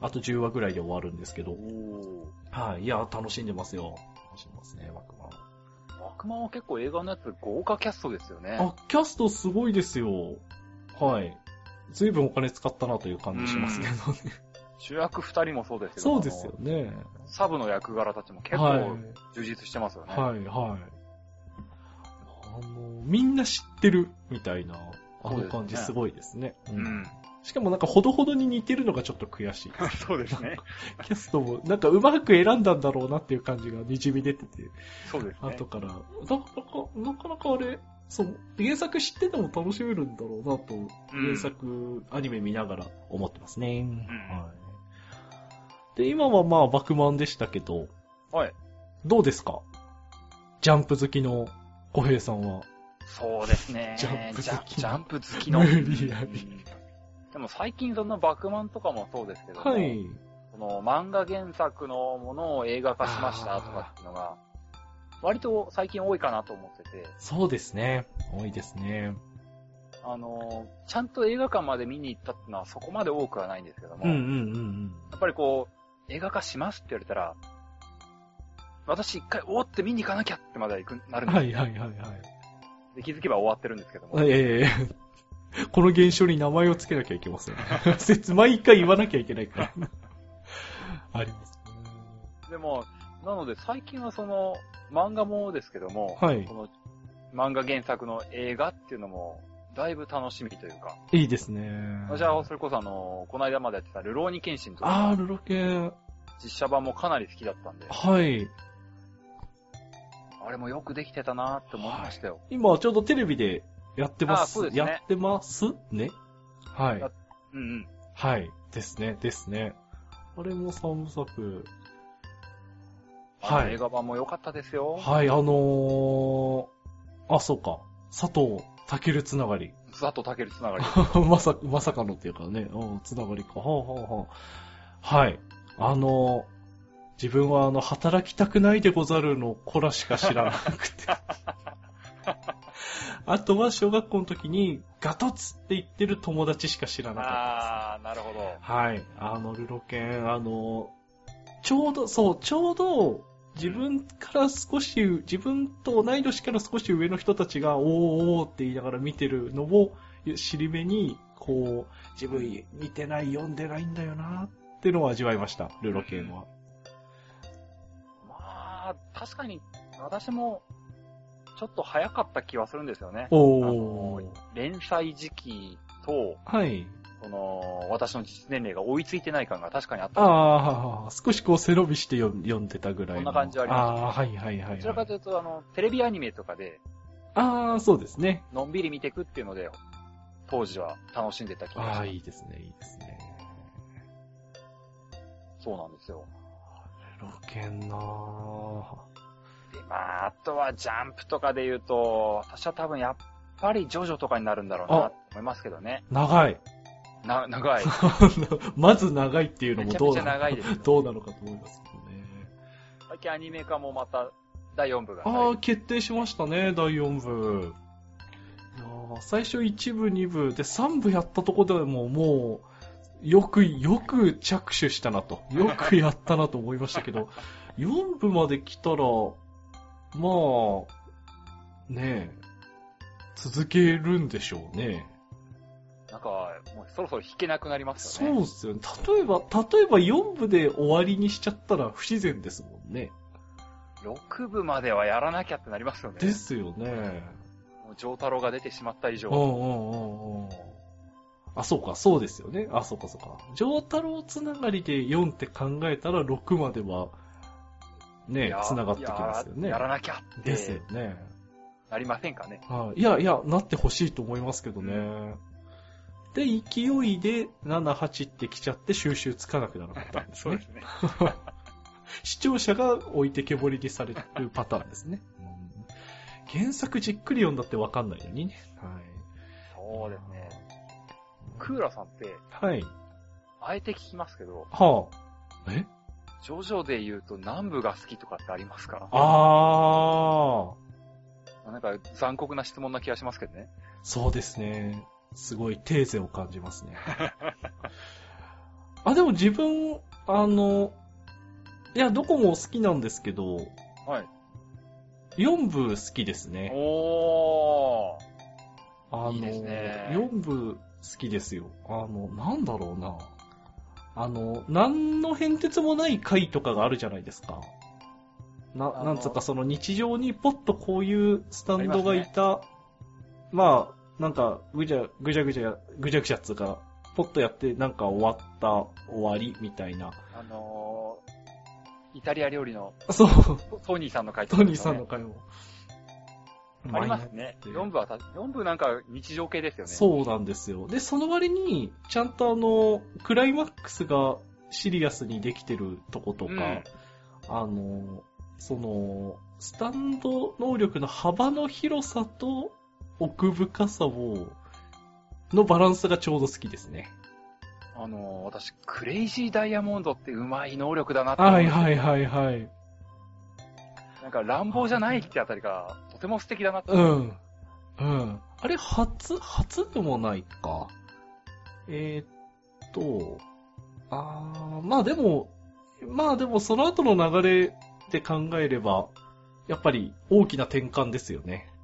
S1: あと10話ぐらいで終わるんですけど
S2: お。ー。
S1: はい。いや、楽しんでますよ。楽しんでますね、ワクマン。
S2: バクマンは結構映画のやつ豪華キャストですよね。
S1: あ、キャストすごいですよ。はい。随分お金使ったなという感じしますけどね。
S2: 主役二人もそうですけど。
S1: そうですよね。
S2: あの。サブの役柄たちも結
S1: は
S2: 構
S1: い
S2: 充実してますよね。
S1: はいはい。あの、みんな知ってるみたいな、あの感じすごいですね。
S2: う
S1: うん
S2: ん。
S1: しかもなんかほどほどに似てるのがちょっと悔 しい。
S2: そうですね。
S1: キャストもなんかうまく選んだんだろうなっていう感じが滲み出てて、
S2: そうですね
S1: 後。から、なかなか、なかなかあれ、そう、原作知ってても楽しめるんだろうなと、
S2: うん
S1: 原作アニメ見ながら思ってますね。
S2: ん
S1: はい。で、今はまあ、バクマンでしたけど、
S2: はい。
S1: どうですかジャンプ好きの小平さんは。
S2: そうですね。
S1: ジャンプ好きの
S2: ジャンプ好きの。
S1: 無理やり
S2: うんでも最近そんなバクマンとかもそうですけども、
S1: はい。
S2: この漫画原作のものを映画化しましたとかっていうのが、割と最近多いかなと思ってて、
S1: そうですね。多いですね。
S2: あの、ちゃんと映画館まで見に行ったっていうのはそこまで多くはないんですけども、
S1: うんう
S2: や
S1: んうんうん。
S2: っぱりこう、映画化しますって言われたら、私一回、おーって見に行かなきゃってまで行く、なるんです、
S1: はいはいはい
S2: で気づけば終わってるんですけども。
S1: はい。ええ この現象に名前を付けなきゃいけません。 説、毎回言わなきゃいけないから。 ありますね。
S2: でも、なので最近はその、漫画もですけども、
S1: はい
S2: こ。の漫画原作の映画っていうのも、だいぶ楽しみというか、
S1: いいですね。
S2: 私はそれこそあの、この間までやってたルローニケンシンと
S1: あ
S2: か、
S1: ー、ルロケン。
S2: 実写版もかなり好きだったんで、
S1: はい。
S2: あれもよくできてたなって思いましたよ。
S1: 今ちょうどテレビでやってま
S2: あ
S1: す。
S2: そうですね
S1: やってますね。はい。
S2: うんうん。
S1: はい。ですね、ですね。あれも三部作。
S2: あ
S1: は
S2: の
S1: い
S2: 映画版も良かったですよ。
S1: はい、あのー、あ、そうか。佐藤健つながり。
S2: ざっとたけるつながり。
S1: まさ、まさかのっていうかね、うんつながりか。はあ、はあはあ、はい。あのー、自分はあの、働きたくないでござるの子らしか知らなく て。あとは小学校の時にガトツって言ってる友達しか知 らなかったですね。
S2: あー、なるほど。
S1: はい。あの、ルロケン、あの、ちょうど、そう、ちょうど、自分から少し、自分と同い年から少し上の人たちが、おーおーって言いながら見てるのを、尻目に、こう、自分見てない、読んでないんだよな、ってのを味わいました、ルロケンは。
S2: まあ、確かに私も、ちょっと早かった気はするんですよね。
S1: おー。
S2: 連載時期と、
S1: はい。
S2: その、私の実年齢が追いついてない感が確かにあった。
S1: ああ、少しこう背伸びして読ん読んでたぐらいの。
S2: そんな感じはありましたね
S1: ああ、はいはいはい、
S2: どちらかというと、あの、テレビアニメとかで、
S1: ああ、そうですね。
S2: のんびり見ていくっていうので、当時は楽しんでた気がし
S1: あ
S2: ま
S1: あ、
S2: す。
S1: いいですね、いいですね。
S2: そうなんですよ。
S1: ロケンなぁ。
S2: で、まあ、あとはジャンプとかで言うと、私は多分やっぱりジョジョとかになるんだろうな
S1: あ
S2: と思いますけどね。
S1: 長い。
S2: な、長い。
S1: まず長いっていうの
S2: め
S1: も
S2: ちゃ
S1: ど
S2: め
S1: う
S2: ちゃ
S1: なの
S2: 長いですよ。
S1: どうなのかと思いますけどね。
S2: 最近アニメ化もまた第4部が。
S1: ああ、決定しましたね、第4部。いやー最初1部、2部で3部やったとこでももう、よく、よく着手したな と。よくやったなと思いましたけど、4部まで来たら、まあ、ねえ、続けるんでしょうね。
S2: なんか、もうそろそろ弾けなくなりますよ
S1: そう
S2: ね。
S1: ですよね。例えば、例えば4部で終わりにしちゃったら不自然ですもんね。
S2: 6部まではやらなきゃってなりますよね。
S1: ですよね。
S2: もう、上太郎が出てしまった以
S1: う
S2: 上。
S1: んうんうんうん。あ、そうか、そうですよね。あ、そうか、そうか。上太郎つながりで4って考えたら6までは、ね
S2: いや、
S1: つながってきますよね。
S2: ややらなきゃっ
S1: ですよ
S2: て
S1: ね。
S2: なりませんかね。
S1: はいいや、いや、なってほしいと思いますけどね。で、勢いで7、8って来ちゃって収集つかなくなった んですね。
S2: すね。
S1: 視聴者が置いてけぼりにされるパターンですね。原作じっくり読んだってわかんないのにね。はい。
S2: そうですね。クーラさんって、
S1: はい。
S2: あえて聞きますけど、
S1: はあ。え
S2: ジョジョで言うと何部が好きとかってありますか
S1: あー。
S2: なんか残酷な質問な気がしますけどね。
S1: そうですね。すごいテーゼを感じ ますね。あ、でも自分、あの、いや、どこも好きなんですけど、
S2: はい。
S1: 4部好きですね。
S2: おー。
S1: あの、
S2: いいですね
S1: 4部好きですよ。あの、なんだろうな。あの、何の変哲もない回とかがあるじゃないですか。な、
S2: あの
S1: なんつうかその日常にポッとこういうスタンドがいた、まあ、なんか、ぐじゃ、ぐじゃぐじゃ、ぐじゃぐじゃっつうか、ポッとやってなんか終わった、終わりみたいな。
S2: あのー、イタリア料理の
S1: そう、
S2: トトニーさんの回答
S1: トニーさんの回も。
S2: ありますね。4部はた、4部なんか日常系ですよね。う。
S1: そうなんですよ。で、その割に、ちゃんとあの、クライマックスがシリアスにできてるとことか、
S2: うん
S1: あの、その、スタンド能力の幅の広さと奥深さを、のバランスがちょうど好きですね。
S2: あのー、私、クレイジーダイヤモンドってうまい能力だなって思う
S1: はいはいはいはい。
S2: なんか乱暴じゃないってあたりが、とても素敵だなって。
S1: うん。うん。あれ、初、初でもないか。えーっと、あー、まあでも、まあでもその後の流れで考えれば、やっぱり大きな転換ですよね。
S2: うん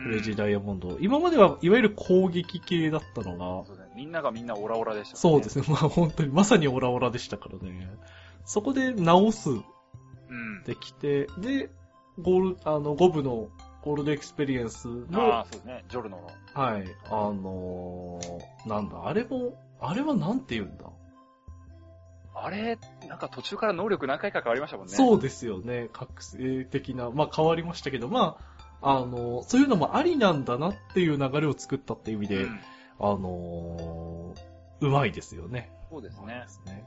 S1: クレイジーダイヤモンド。今まではいわゆる攻撃系だったのが、
S2: そうですねみんながみんなオラオラでした、ね。。
S1: そうですすね。まあ本当に、まさにオラオラでしたからね。そこで直す
S2: うん。
S1: できて、で、ゴール、あの、5部のゴールドエクスペリエンスの
S2: ああ、そうですね。ジョルノの。
S1: はい。あのー、なんだ、あれも、あれはなんて言うんだ、
S2: あれ、なんか途中から能力何回か変わりましたもんね。
S1: そうですよね。覚醒的な、まあ変わりましたけど、まあ、あのーそういうのもありなんだなっていう流れを作ったっていう意味で、
S2: うん
S1: あのーうまいですよね。
S2: そうです
S1: うまい
S2: ね
S1: で。すね。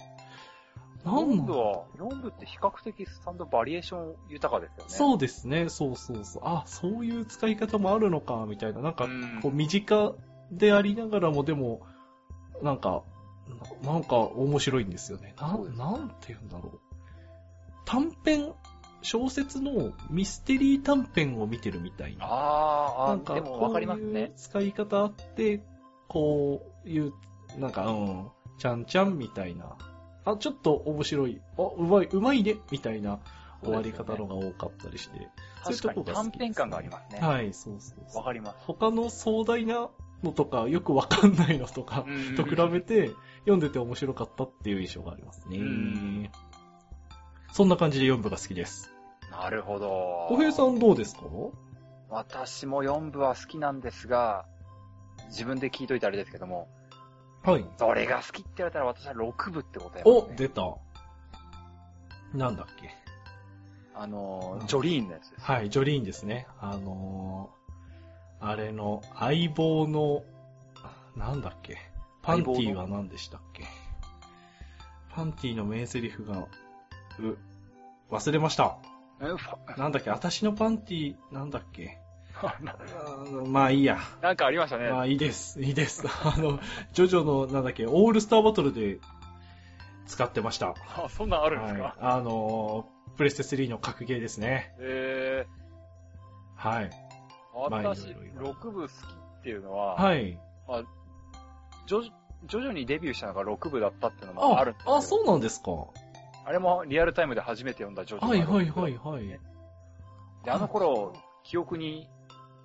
S1: なん
S2: 4
S1: なん
S2: 部は、4部って比較的スタンドバリエーション豊かですよね。
S1: そうですね。そうそうそう。あ、そういう使い方もあるのか、みたいな。なんか、
S2: うん
S1: こう身近でありながらも、でも、なんか、ななんか面白いんですよね。な
S2: そうですね
S1: なんて言うんだろう。短編、小説のミステリー短編を見てるみたいな。な
S2: あ
S1: ん
S2: ーあー、
S1: か、
S2: でもわかりますね。
S1: 使い方あって、こういう、なんか、うん、ちゃんちゃんみたいな。あ、ちょっと面白い。あ、うまい、うまいね、みたいな終わり方のが多かったりして。そういう
S2: 確か
S1: とこ
S2: に
S1: が好
S2: 短
S1: きですね
S2: 編感がありますね。わ、
S1: はい、そうそうそう。
S2: かります。
S1: 他の壮大なのとか、よくわかんないのとか、
S2: うん
S1: と比べて、読んでて面白かったっていう印象があります
S2: うん
S1: ね。そんな感じで4部が好きです。
S2: なるほど。
S1: 小平さんどうですか
S2: 私も4部は好きなんですが、自分で聞いといてあれですけども、
S1: はい。
S2: どれが好きって言われたら私は6部って答えます、
S1: お
S2: ね。、
S1: 出た。なんだっけ。
S2: あの
S1: う
S2: ー、
S1: ん
S2: ジョリーンのやつです。
S1: はい、ジョリーンですね。あのー、あれの、相棒の、なんだっけ。パンティーは何でしたっけ。パンティーの名セリフが、う、忘れました。
S2: えファ
S1: なんだっけ、私のパンティー、なんだっけ。
S2: な
S1: あーまあいいや。
S2: なんかありましたね。
S1: まあいいです、いいです。 あの、ジョジョの、なんだっけ、オールスターバトルで使ってました。
S2: あ、そんなんあるんですか、
S1: はい、あのープレステ3の格ゲーですね。
S2: え
S1: はい。
S2: ー、
S1: まあ
S2: 私、
S1: いろいろ
S2: 6部好きっていうのは、
S1: はい。
S2: 徐々徐々にデビューしたのが6部だったっていうのもある
S1: あ
S2: んです、よ
S1: あ、そうなんですか。
S2: あれもリアルタイムで初めて読んだジョジョ
S1: はいはい
S2: が
S1: は
S2: 六
S1: い
S2: 部
S1: はい。
S2: で、あの頃、記憶に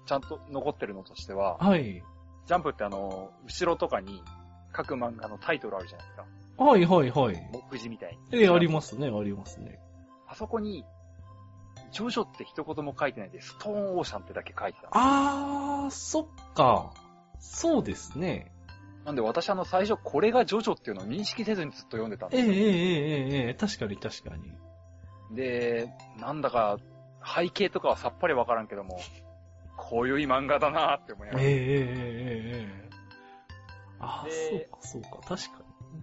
S2: ちゃんと残ってるのとしては、
S1: はい。
S2: ジャンプってあの、後ろとかに各漫画のタイトルあるじゃないですか。
S1: はいはいはい。
S2: 目次みたいに。
S1: え、ありますね、ありますね。
S2: あそこに、ジョジョって一言も書いてないで、ストーンオーシャンってだけ書いてた。
S1: あー、そっか。そうですね。
S2: なんで私あの最初これがジョジョっていうのを認識せずにずっと読んでたん
S1: ええ
S2: です
S1: え
S2: よ。
S1: えええええ確かに確かに。
S2: で、なんだか背景とかはさっぱりわからんけども、こういう漫画だなって思いな
S1: え
S2: が
S1: え
S2: ら
S1: ええええええあ
S2: で
S1: ー、そうかそうか、確かに。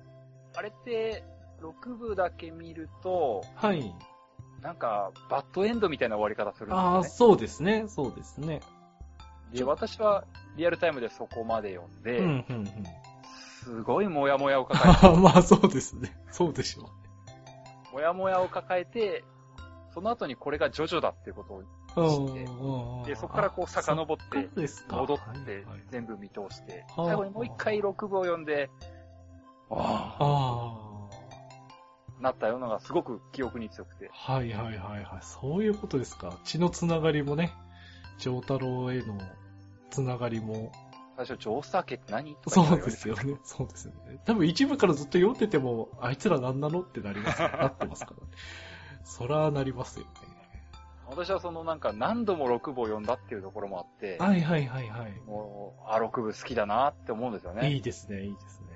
S2: あれって、6部だけ見ると、
S1: はい。
S2: なんか、バッドエンドみたいな終わり方するんです
S1: あ
S2: よ
S1: ー、
S2: ね。
S1: そうですね、そうですね。
S2: で、私はリアルタイムでそこまで読んで、
S1: うん、うん、うん。
S2: すごいモヤモヤを抱え
S1: あー まあそうですね。そうでしょ
S2: て、モヤモヤを抱えて、その後にこれがジョジョだっていうことを、
S1: う。うん
S2: 知って
S1: うんうん。
S2: で、そこからこう遡っ
S1: あ
S2: て、
S1: そうですか。
S2: 戻っ
S1: はい
S2: て
S1: はい、
S2: 全部見通して、
S1: はあ
S2: 最後にもう一回6部を読んで、あ
S1: あー。
S2: あ、なったようなのがすごく記憶に強くて、
S1: はいはいはいはい。そういうことですか。血のつながりもね、丈太郎へのつながりも、
S2: 最初、ジョースター家って何とか言
S1: そう
S2: われて
S1: ですよね。そうですよね。多分一部からずっと読んでても、あいつら何なのってなり ますよ。なってますからね。そらなりますよね。
S2: 私はそのなんか何度も6部を読んだっていうところもあって、
S1: はいはいはいはい。
S2: もう、あ、6部好きだなって思うんですよね。
S1: いいですね、いいですね。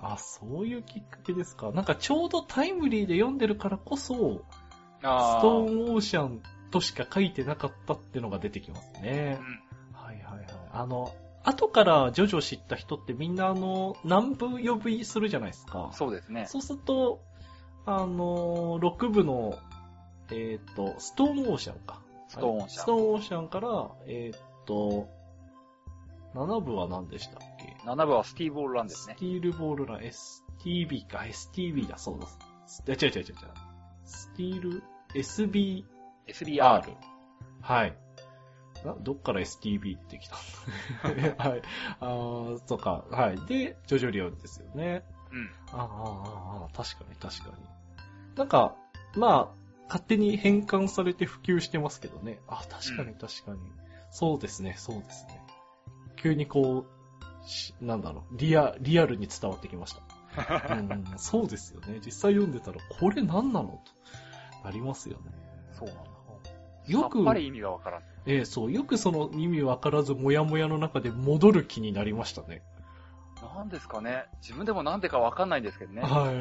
S1: あ、そういうきっかけですか。なんかちょうどタイムリーで読んでるからこそ、
S2: あ
S1: ス
S2: あ
S1: トーンオーシャンとしか書いてなかったってのが出てきますね。
S2: うん
S1: はいはいはい。あの、後からジョジョ知った人ってみんなあの、南部呼びするじゃないですか。
S2: そうですね。
S1: そうすると、あの、6部の、えっ、と、ストーンオーシャンか。
S2: ストーンオーシャン
S1: ストーンオーシャンから、えっ、と、7部は何でしたっけ
S2: 7部はスティーブ・オールランです
S1: ス
S2: ね。
S1: ティールボールラン、STB か、STB だそうです。いや違う違う違う違う。スティール、SB、
S2: SBR。
S1: はい。などっから STB 出てきた はい。あーそうか。はい。で、ジョジョリオンですよね。
S2: うん。
S1: あーあー、あー確かに確かに。なんか、まあ、勝手に変換されて普及してますけどね。あ、確かに確かに。そうですね、そうですね。急にこう、しなんだろう、リア、リアルに伝わってきました。 うんうん、そうですよね。実際読んでたら、これ何なのとなりますよね。
S2: そうなの
S1: よく
S2: さっぱり意味がわからん。
S1: ええ、そう、よくその意味わからず、もやもやの中で戻る気になりましたね。
S2: なんですかね。自分でもなんでかわかんないんですけどね。
S1: はい。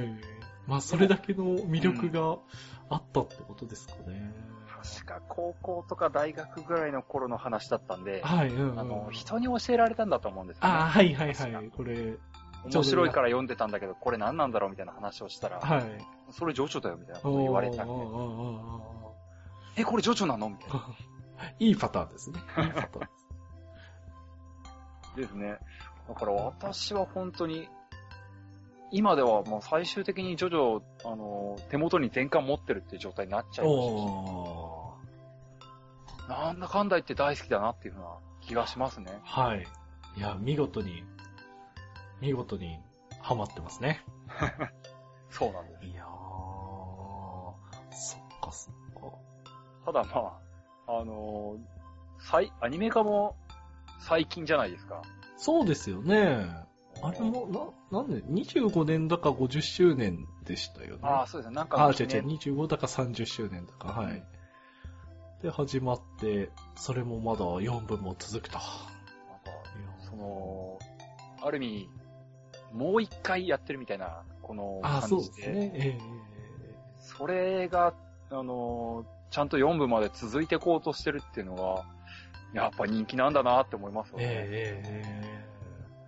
S1: まあ、それだけの魅力があったってことですかね。
S2: 確か高校とか大学ぐらいの頃の話だったんで、
S1: はい、うんうん。
S2: あの、人に教えられたんだと思うんですよ、ね。
S1: ああ、はいはい
S2: 確か
S1: はい。これ、ちょ
S2: 面
S1: うど
S2: 白いから読んでたんだけど、これ何なんだろうみたいな話をしたら、
S1: はい。
S2: それジョジョだよみたいなこと言われたんで
S1: おーおーおーお
S2: え、これジョジョなのみたいな。
S1: ーいいパターンですね。いいパターンです。
S2: ですね。だから私は本当に、今ではもう最終的にジョジョ、あの、手元に全巻持ってるっていう状態になっちゃいまし
S1: おー
S2: たし、なんだかんだ言って大好きだなっていうふうな気がしますね。
S1: はい。いや、見事に、見事にハマってますね。
S2: そうなんです。
S1: いやー、そっかそっか。
S2: ただまあ、あの、最、アニメ化も最近じゃないですか。
S1: そうですよね。あれも、な、なんで、25年だか50周年でしたよね。
S2: ああ、そうですね。なんか
S1: あ、違
S2: の
S1: う
S2: 記
S1: 違
S2: 念、
S1: う、25だか30周年だか、はい。で、始まって、それもまだ4分も続くと。
S2: なんかその、ある意味、もう一回やってるみたいな、この
S1: あ、
S2: 感
S1: そう
S2: じ
S1: で
S2: で。
S1: すね。え
S2: それが、あのーちゃんと4部まで続いてこうとしてるっていうのが、やっぱ人気なんだなって思いますよ
S1: えええ
S2: ね。
S1: ええ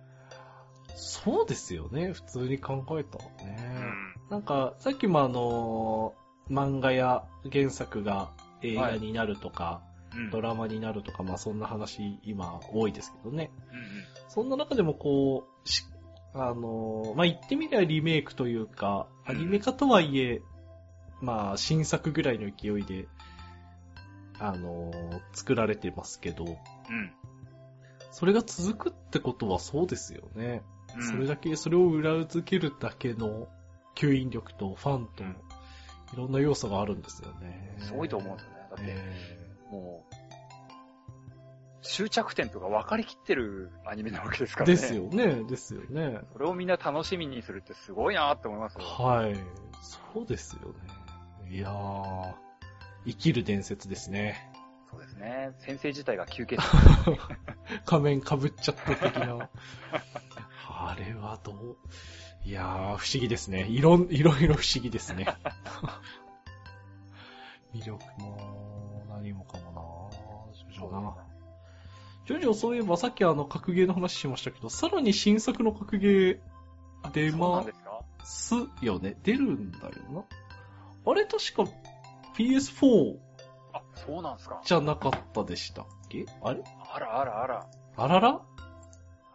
S1: そうですよね、普通に考えたらね。なんか、さっきもあのー漫画や原作が映画になるとか、
S2: うん。うん
S1: ドラマになるとか、まあそんな話今多いですけどね。
S2: うんうん
S1: そんな中でもこう、しあのーまあ言ってみればリメイクというか、アニメ化とはいえ、まあ新作ぐらいの勢いで、あのー作られてますけど、それが続くってことはそうですよね。
S2: うん。
S1: それだけ、それを裏付けるだけの吸引力とファンと、
S2: う
S1: い
S2: ん
S1: ろんな要素があるんですよね。
S2: すごいと思うんですよね。だって、
S1: ええ
S2: もう、終着点とか分かりきってるアニメなわけですからね。
S1: です。よね、ですよね。
S2: それをみんな楽しみにするってすごいなって思いますよ。
S1: はい。そうですよね。いやー、生きる伝説ですね。
S2: そうですね。先生自体が休憩室
S1: 仮面被っちゃった的な。あれはどういやー、不思議ですね。いろん、いろいろ不思議ですね。魅力も、何もかもなジョジョな。ジョジョそういえばさっきあの、格ゲーの話しましたけど、さらに新作の格ゲー出
S2: そうな
S1: ま
S2: んですか
S1: すよね。出るんだよな。あれ確か PS4
S2: あ、そうなんですか。
S1: じゃなかったでしたっけあれ
S2: あらあらあら。
S1: あらら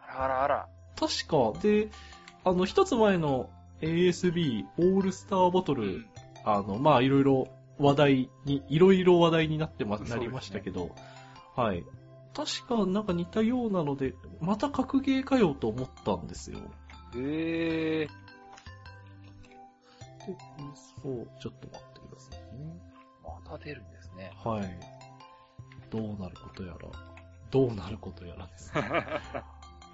S2: あらあらあら。
S1: 確か。で、あの、一つ前の ASB オールスターボトル、
S2: うん
S1: あの、まあ、いろいろ話題に、いろいろ話題になってま、
S2: そうです
S1: な
S2: ね
S1: りましたけど、はい。確かなんか似たようなので、また格ゲーかよと思ったんですよ。
S2: へえ。
S1: でそう、ちょっと待ってくださいね。
S2: また出るんですね。
S1: はい。どうなることやら、どうなることやら ですね。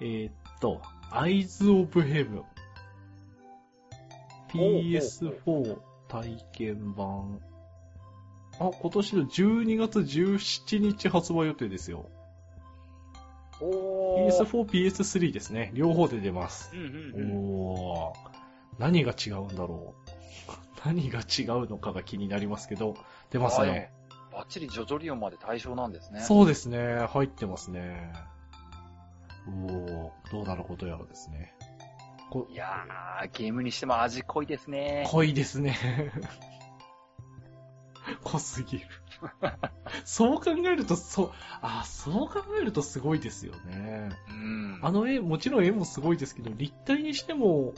S1: えーっと、アイズ・オブ・ヘブン。PS4 体験版。あ、今年の12月17日発売予定ですよ。
S2: おー。
S1: PS4、PS3 ですね。両方で出ます。
S2: うんうんうん。
S1: おー。何が違うんだろう。何が違うのかが気になりますけど、出ますね。
S2: はいバッチリジョジョリオンまで対象なんですね。
S1: そうですね。入ってますね。おおどうなることやらですね。こ
S2: いやー、ゲームにしても味濃いですね。
S1: 濃いですね。 濃すぎる。そう考えると、そう、あ、そう考えるとすごいですよね。
S2: うん。
S1: あの絵、もちろん絵もすごいですけど、立体にしても、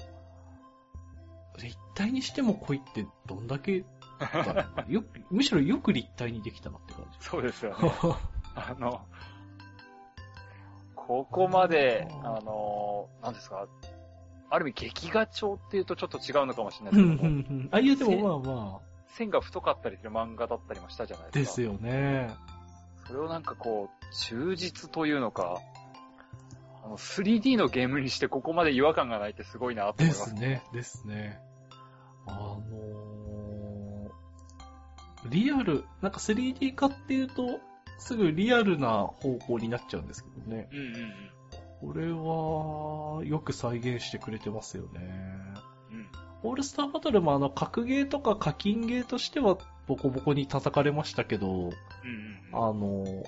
S1: 立体にしても濃いってどんだけだ ろうよくむしろよく立体にできたなって 感
S2: そうですよね。
S1: じ。
S2: あの、ここまで、あの、なんですか、ある意味劇画調っていうとちょっと違うのかもしれない
S1: うんう
S2: ですけども、
S1: んうんあ、いやでもまあまあ。
S2: 線が太かったりする漫画だったりもしたじゃない
S1: で
S2: ですか。
S1: すよね。
S2: それをなんかこう、忠実というのか、あの 3D のゲームにしてここまで違和感がないってすごいなと思
S1: で
S2: いますす。
S1: ね、ですね。あのー、リアル、なんか 3D 化っていうと、すぐリアルな方向になっちゃうんですけどね。
S2: うんうんうん。
S1: これは、よく再現してくれてますよね。
S2: うん。
S1: オールスターバトルもあの、格ゲーとか課金ゲーとしては、ボコボコに叩かれましたけど、
S2: うん
S1: あ
S2: うんう
S1: の
S2: ん。
S1: ー、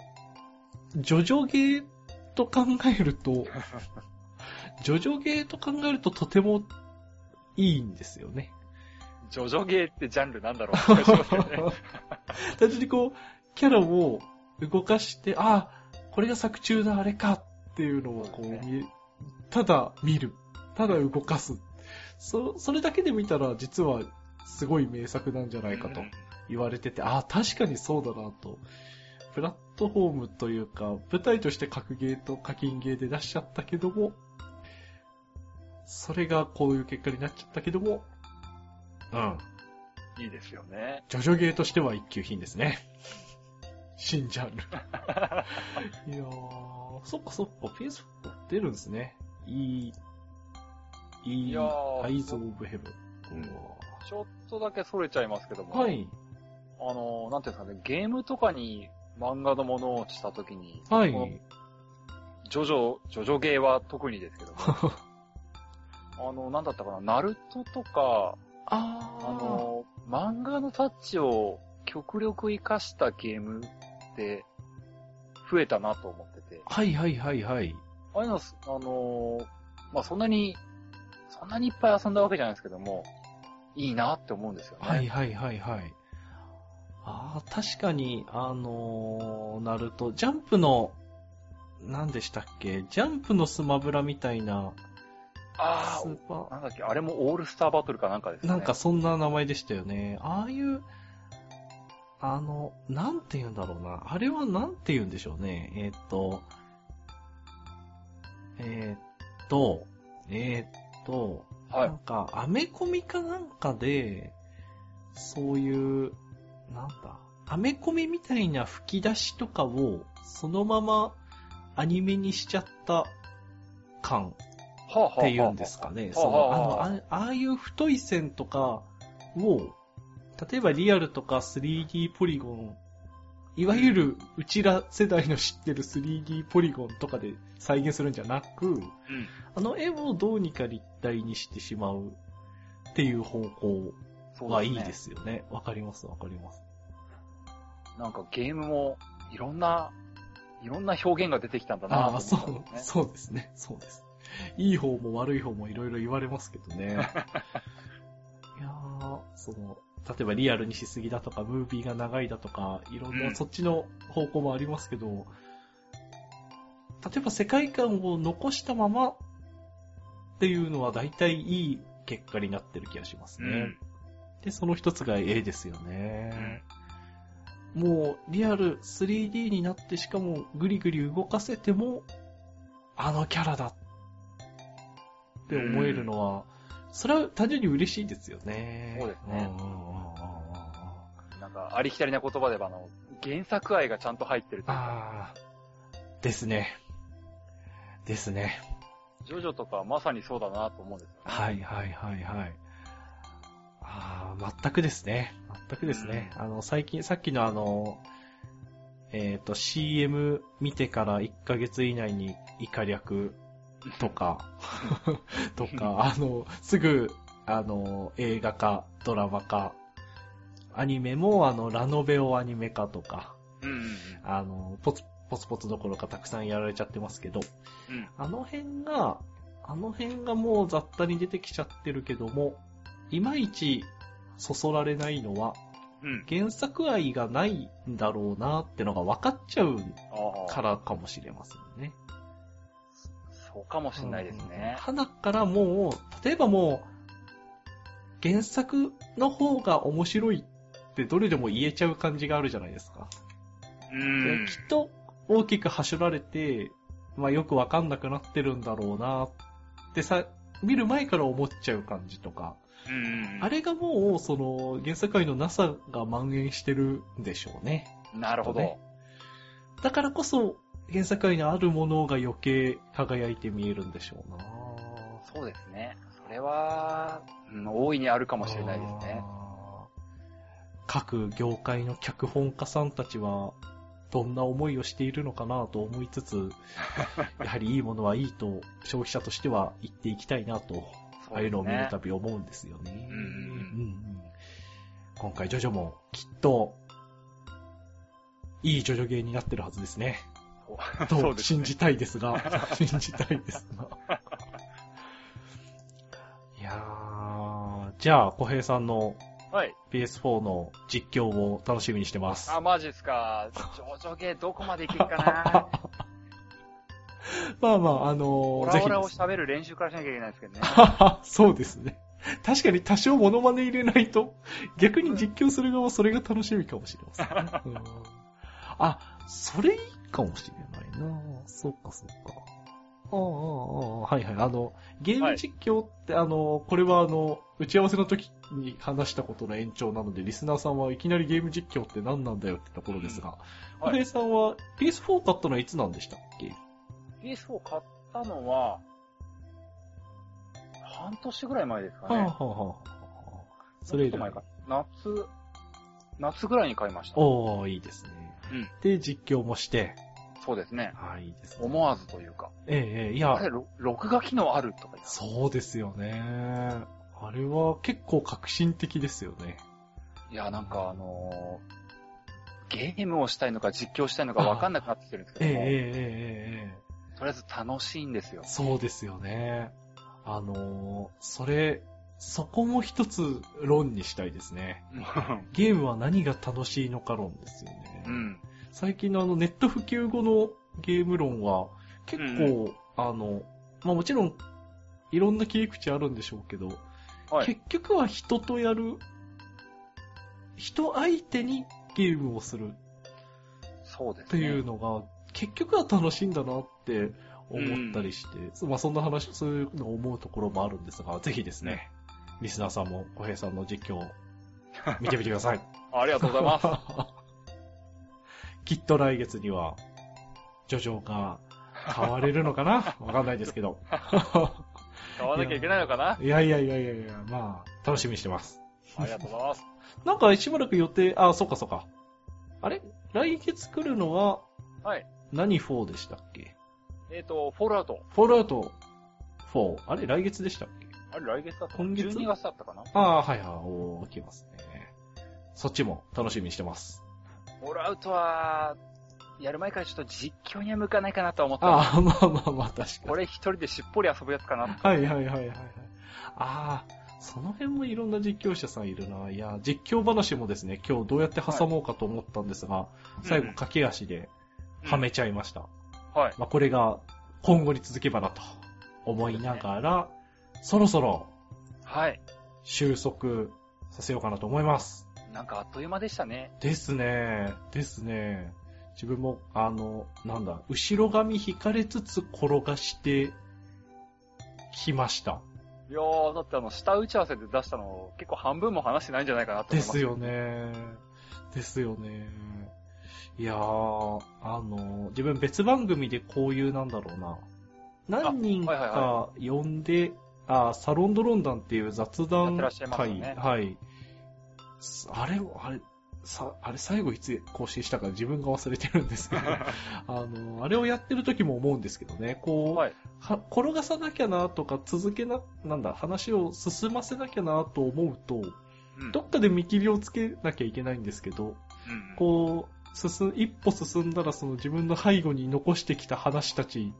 S1: ジョジョゲーと考える と、ジョジョゲーと考えるととてもいいんですよね。
S2: ジョジョゲーってジャンルなんだろうって感じしますよね。
S1: 単純にこう、キャラを動かして、あ、これが作中のあれかっていうのをこう
S2: そうです
S1: 見、ただ見る。ただ動かす。そ、それだけで見たら実はすごい名作なんじゃないかと
S2: うん
S1: 言われてて、あ、確かにそうだなと。プラットフォームというか、舞台として格ゲーと課金ゲーで出しちゃったけども、それがこういう結果になっちゃったけども、うん。
S2: いいですよね。
S1: ジョジョゲーとしては一級品ですね。新ジャ ンル。いやー、そっかそっか、PS4 出るんですね。いい、い
S2: い
S1: い、
S2: やー
S1: アイズ・オブ・ヘブン。
S2: ちょっとだけそれちゃいますけども。
S1: はい、
S2: あの、なんていうんですかね、ゲームとかに漫画のものをしたときに、
S1: はい。
S2: このジョジョ、ジョジョゲーは特にですけども、あの、なんだったかな、ナルトとか、
S1: あ
S2: あの、漫画のタッチを極力活かしたゲームって増えたなと思ってて、
S1: はいはいはいはい。
S2: ああいうの、あのー、まあ、そんなに、そんなにいっぱい遊んだわけじゃないですけども、いいなって思うんですよね。
S1: はいはいはいはい。ああ、確かに、あのー、ナルト、ジャンプの、何でしたっけジャンプのスマブラみたいな、
S2: あ
S1: スー
S2: あ、
S1: パー、
S2: なんだっけ、あれもオールスターバトルかなんかですね。
S1: なんか、そんな名前でしたよね。ああいう、あの、なんて言うんだろうな。あれはなんて言うんでしょうね。えーっと、えーっと、えーっと、
S2: はい
S1: なんか、アメコミかなんかで、そういう、なんだ、アメコミみたいな吹き出しとかを、そのままアニメにしちゃった感
S2: はあはあはあ
S1: っていうんですかね。
S2: は
S1: そ
S2: あ
S1: の
S2: は
S1: あ
S2: あは
S1: の
S2: あ
S1: あああいう太い線とかを、例えばリアルとか 3D ポリゴン、いわゆるうちら世代の知ってる 3D ポリゴンとかで再現するんじゃなく、
S2: うん
S1: あの絵をどうにか立体にしてしまうっていう方向
S2: そう
S1: はいいで
S2: ね
S1: すよね。わ、かりますわかります。
S2: なんかゲームもいろんな、いろんな表現が出てきたんだなと
S1: あ
S2: 思
S1: あ、
S2: った
S1: そ
S2: ん
S1: う、
S2: ですね。
S1: そうですね。そうです。いい方も悪い方もいろいろ言われますけど ね。いやーその、例えばリアルにしすぎだとか、ムービーが長いだとか、いろん
S2: う
S1: な、
S2: ん
S1: そっちの方向もありますけど、例えば世界観を残したままっていうのは大体いい結果になってる気がしますね。
S2: うん
S1: で、その一つが絵ですよね。もう、リアル 3D になってしかも、ぐりぐり動かせても、あのキャラだって思えるのは、それは単純に嬉しいですよね。
S2: そうですね
S1: んうんうんうんうんうん
S2: なんか、ありきたりな言葉では、あの、原作愛がちゃんと入ってるというか、
S1: ああ、ですね。ですね。
S2: ジョジョとかはまさにそうだなと思うんですよ、ね。
S1: はいはいはいはい。ああ、全くですね。全くですね。あの、最近、さっきのあの、えっ、と、CM 見てから1ヶ月以内にイカ略と か、とか、あの、すぐ、あの、映画化、ドラマ化、アニメも、あの、ラノベをアニメ化とか、
S2: うんうん
S1: あの、ポツ、ポツポツどころかたくさんやられちゃってますけど、
S2: うん。うん。
S1: あの辺が、あの辺がもう雑多に出てきちゃってるけども、いまいちそそられないのは、
S2: うん。
S1: 原作愛がないんだろうなってのが分かっちゃう
S2: ああ。
S1: からかもしれませんね。
S2: そうかもしれないですね。
S1: 花からもう、例えばもう、原作の方が面白いってどれでも言えちゃう感じがあるじゃないですか。
S2: うん。
S1: できっと大きく走られて、まあよくわかんなくなってるんだろうなってさ、見る前から思っちゃう感じとか、
S2: うんうん
S1: あれがもうその原作界のなさが蔓延してるんでしょうね。
S2: なるほど。
S1: ねだからこそ原作界のあるものが余計輝いて見えるんでしょうな
S2: そうですね。それは、うん、大いにあるか
S1: か
S2: もしれないですね。。
S1: 各業界の脚本家さんたちは、どんな思いをしているのかなと思いつつ、やはりいいものはいいと消費者としては言っていきたいなと、
S2: そ
S1: ああいうのを見る
S2: ね
S1: たび思うんですよね。
S2: うんう
S1: うん
S2: んうん
S1: うん今回ジョジョもきっと、いいジョジョゲーになってるはずですね。
S2: そ
S1: と
S2: うです
S1: 信
S2: ね。
S1: じたいです が、信じたいですが。いやー、じゃあ、小平さんの
S2: はい。
S1: PS4 の実況を楽しみにしてます。
S2: あ、マジですか。ジョジョゲどこまでいけるか な。
S1: まあまあ、あ
S2: オ
S1: のー、
S2: ラオラを
S1: ぜ
S2: 喋る練習からしなきゃいけないですけどね。
S1: ひ。 そうですね。確かに多少モノマネ入れないと、逆に実況する側はそれが楽しみかもしれません ね、うんあ、それいいかもしれないなそっかそっか。ああ、ああ、ああはいはい。あの、ゲーム実況って、あの、これはあの、打ち合わせの時に話したことの延長なので、リスナーさんはいきなりゲーム実況って何なんだよってところですが、
S2: うんは
S1: 小
S2: い
S1: 平さんは PS4 買ったのはいつなんでしたっけ
S2: PS4 買ったのは、半年ぐらい前ですか
S1: はあ、は
S2: ね。
S1: あはあはあ、それ以
S2: もっと前
S1: 来。
S2: か。夏、夏ぐらいに買いました。
S1: おー、いいですね。
S2: うん
S1: で、実況もして、
S2: そうですね。
S1: はい、いいですね。
S2: 思わずというか。
S1: ええええい
S2: あ
S1: や
S2: れ、、ろ録画機能あるとか言って
S1: そうですよね。あれは結構革新的ですよね。
S2: いや、なんかあのーゲームをしたいのか実況したいのか分かんなくなってきてるんです
S1: ええ
S2: けども、
S1: ええええええ
S2: とりあえず楽しい んですよ。
S1: そうですよね。あのーそれ、そこも一つ論にしたいですね。ゲームは何が楽しいのか論ですよね。
S2: うん。
S1: 最近のあのネット普及後のゲーム論は結構、あの、まあ、もちろんいろんな切り口あるんでしょうけど、
S2: はい。
S1: 結局は人とやる、人相手にゲームをする
S2: そうで
S1: っ
S2: す
S1: て
S2: ね。
S1: いうのが、結局は楽しいんだなって思ったりして、まあそんな話、そういうのを思うところもあるんですが、ぜひですね、リスナーさんも小平さんの実 況を見てみてください。
S2: ありがとうございます。
S1: きっと来月には、ジョジョが変われるのか なわかんないですけど。
S2: 買わなきゃいけないのかない
S1: やいやいやいやいや、まあ、楽しみにしてます。
S2: ありがとうございます。
S1: なんかしばらく予定、あ、そうかそうか。あれ来月来るのは
S2: はい。
S1: 何4でしたっけ
S2: えっ、と、フォールアウト。
S1: フォールアウト4。あれ来月でしたっけ
S2: あれ、来月だった
S1: 今月
S2: ?12 月だったかな
S1: ああ、はいはい、おー、来ますね。そっちも楽しみにしてます。
S2: フォールアウトは、やる前からちょっと実況には向かないかなとは思ったんです
S1: ああ、まあまあまあ、確かに。
S2: これ一人でしっぽり遊ぶやつかな。
S1: はいはいはいはいはい。ああ、その辺もいろんな実況者さんいるな。いや、実況話もですね、今日どうやって挟もうかと思ったんですが、最後駆け足ではめちゃいました。
S2: はい。
S1: まあ、これが今後に続けばなと思いながら、そろそろ
S2: はい。
S1: 収束させようかなと思います。
S2: なんかあっという間でしたね。
S1: ですね。ですね。自分も、あの、なんだ、後ろ髪引かれつつ転がしてきました。
S2: いやー、だってあの、下打ち合わせで出したの、結構半分も話してないんじゃないかなと思い
S1: で
S2: ま
S1: す
S2: す。
S1: よね。ですよね。いやー、あの、自分別番組でこういうなんだろうな。何人
S2: あはいはい
S1: か呼んで、あ,、サロンドロンダンっていう雑談
S2: やってらっしゃいます
S1: 会、
S2: よね
S1: はい。すあれ、あれ、さ、あれ最後いつ更新したか自分が忘れてるんです けど、あの、あれをやってる時も思うんですけどね、こう、
S2: はい。
S1: は転がさなきゃなとか続けな、なんだ、話を進ませなきゃなと思うと、
S2: うん
S1: どっかで見切りをつけなきゃいけないんですけど、
S2: うん
S1: こう、進、一歩進んだらその自分の背後に残してきた話たち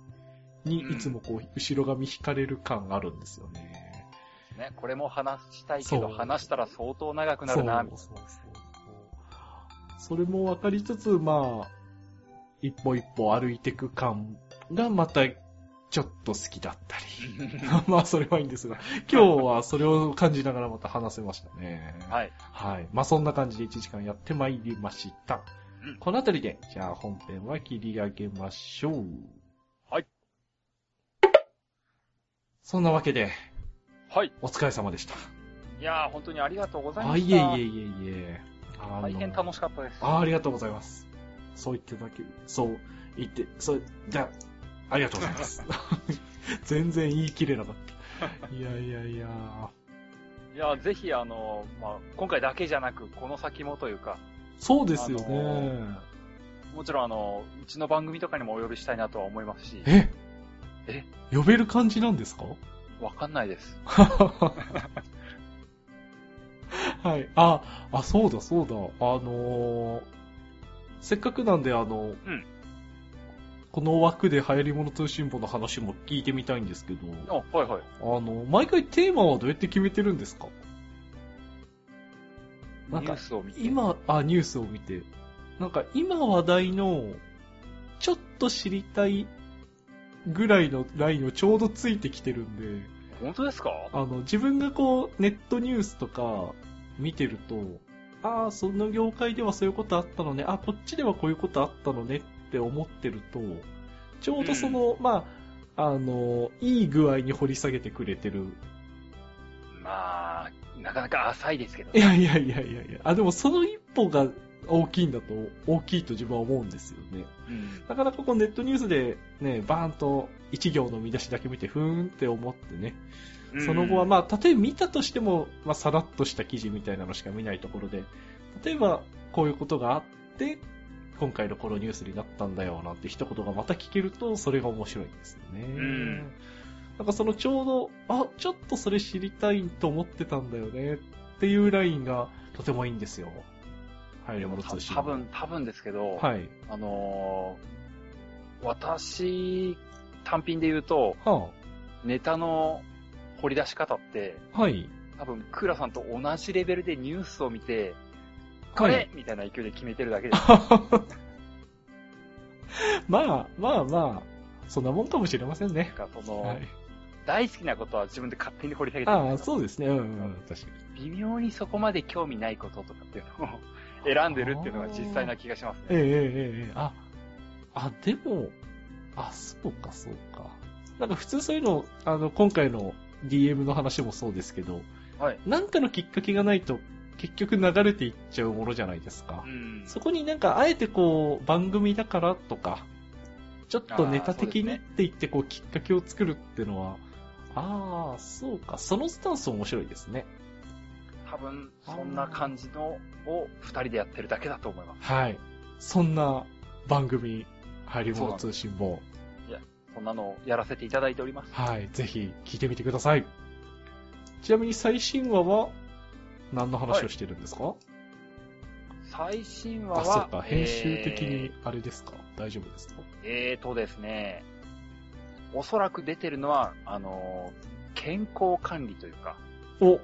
S1: に
S2: うん
S1: いつもこう、後ろ髪引かれる感があるんですよね。
S2: ね、これも話したいけど、
S1: そう
S2: 話したら相当長くな
S1: そう
S2: るな、みたい
S1: そうそうそうそれもわかりつつ、まあ、一歩一歩歩いていく感がまたちょっと好きだった り。まあ、それはいいんですが、今日はそれを感じながらまた話せましたね。
S2: な。はい。
S1: はい。まあ、そんな感じで1時間やってまいりました。
S2: うん
S1: この辺りで、じゃあ本編は切り上げましょう。
S2: はい。
S1: そんなわけで、
S2: はい。
S1: お疲れ様でした。
S2: いやー、本当にありがとうございま
S1: あ、
S2: し
S1: い
S2: た。
S1: えいえいえいえ。あの
S2: 大変楽しかったです。
S1: あありがとうございます。そう言っていただけ、そう言って、そう、じゃあ、ありがとうござい ます。全然言い切れなかった。いやいやいや。
S2: いやー、ぜひ、あのー、まあ、今回だけじゃなく、この先もというか、
S1: そうですよね。
S2: あのもちろん、あのー、うちの番組とかにもお呼びしたいなとは思いますし、
S1: え
S2: え
S1: 呼べる感じなんですか
S2: わかんないです。
S1: はい。あ、あ、そうだ、そうだ。あのーせっかくなんで、あの、
S2: うん
S1: この枠で流行り物通信簿の話も聞いてみたいんですけど、
S2: あ、はいはい。
S1: あの、毎回テーマはどうやって決めてるんですかなん
S2: ニュ
S1: か
S2: ー、スを見て。
S1: 今、あ、ニュースを見て、なんか今話題の、ちょっと知りたいぐらいのラインをちょうどついてきてるんで、
S2: 本当ですか
S1: あの、自分がこう、ネットニュースとか見てると、ああ、その業界ではそういうことあったのね、あこっちではこういうことあったのねって思ってると、ちょうどその、まあ、あの、いい具合に掘り下げてくれてる。
S2: まあ、なかなか浅いですけど
S1: い。やいやいやいやいや、あ、でもその一歩が大きいんだと、大きいと自分は思うんですよね。
S2: うん
S1: なかなかこうネットニュースでね、バーンと一行の見出しだけ見て、ふーんって思ってね、その後は、
S2: あ、
S1: まあ、例えば見たとしても、まあ、さらっとした記事みたいなのしか見ないところで、例えば、こういうことがあって、今回のこのニュースになったんだよなんて一言がまた聞けると、それが面白いんですよね。
S2: ん
S1: なんかそのちょうど、あ、ちょっとそれ知りたいと思ってたんだよねっていうラインがとてもいいんですよ。はい、レモン通信。
S2: 多。分、多分ですけど、
S1: はい。
S2: あのー私、単品で言うと、
S1: は
S2: ネタの掘り出し方って、
S1: あ、はい。
S2: 多分、クーラさんと同じレベルでニュースを見て、こ
S1: は
S2: れ
S1: い
S2: みたいな勢いで決めてるだけです。
S1: まあ、まあまあ、そんなもんかもしれませんね。
S2: なんかその、
S1: はい。
S2: 大好きなことは自分で勝手に掘り下げてるん
S1: ああ、
S2: ですよ
S1: そうですね。うん、うん、確かに。
S2: 微妙にそこまで興味ないこととかっていうのを 選んでるっていうのが実際な気がします
S1: えええ
S2: ね。
S1: えええあ、あ、でも、あ、そうか、そうか。なんか普通そういうの、あの、今回の DM の話もそうですけど、
S2: はい。
S1: なんかのきっかけがないと、結局流れていっちゃうものじゃないですか
S2: う。ん。
S1: そこになんか、あえてこう、番組だからとか、ちょっとネタ的に
S2: あー
S1: っ
S2: そうで
S1: て言って、こう、きっかけを作るってのは、ああ、そうか、そのスタンス面白いですね。
S2: 多分、そんな感じのを二人でやってるだけだと思います。
S1: はい。そんな番組、入り物通信も、
S2: そんなのをやらせていただいております。
S1: はい、ぜひ聞いてみてください。ちなみに最新話は、何の話をしてるんですか、
S2: 最新話
S1: あ、
S2: は
S1: そっ、か、編集的にあれですか、大丈夫ですか
S2: えー。えーとですね、おそらく出てるのは、あのー、健康管理というか、
S1: お、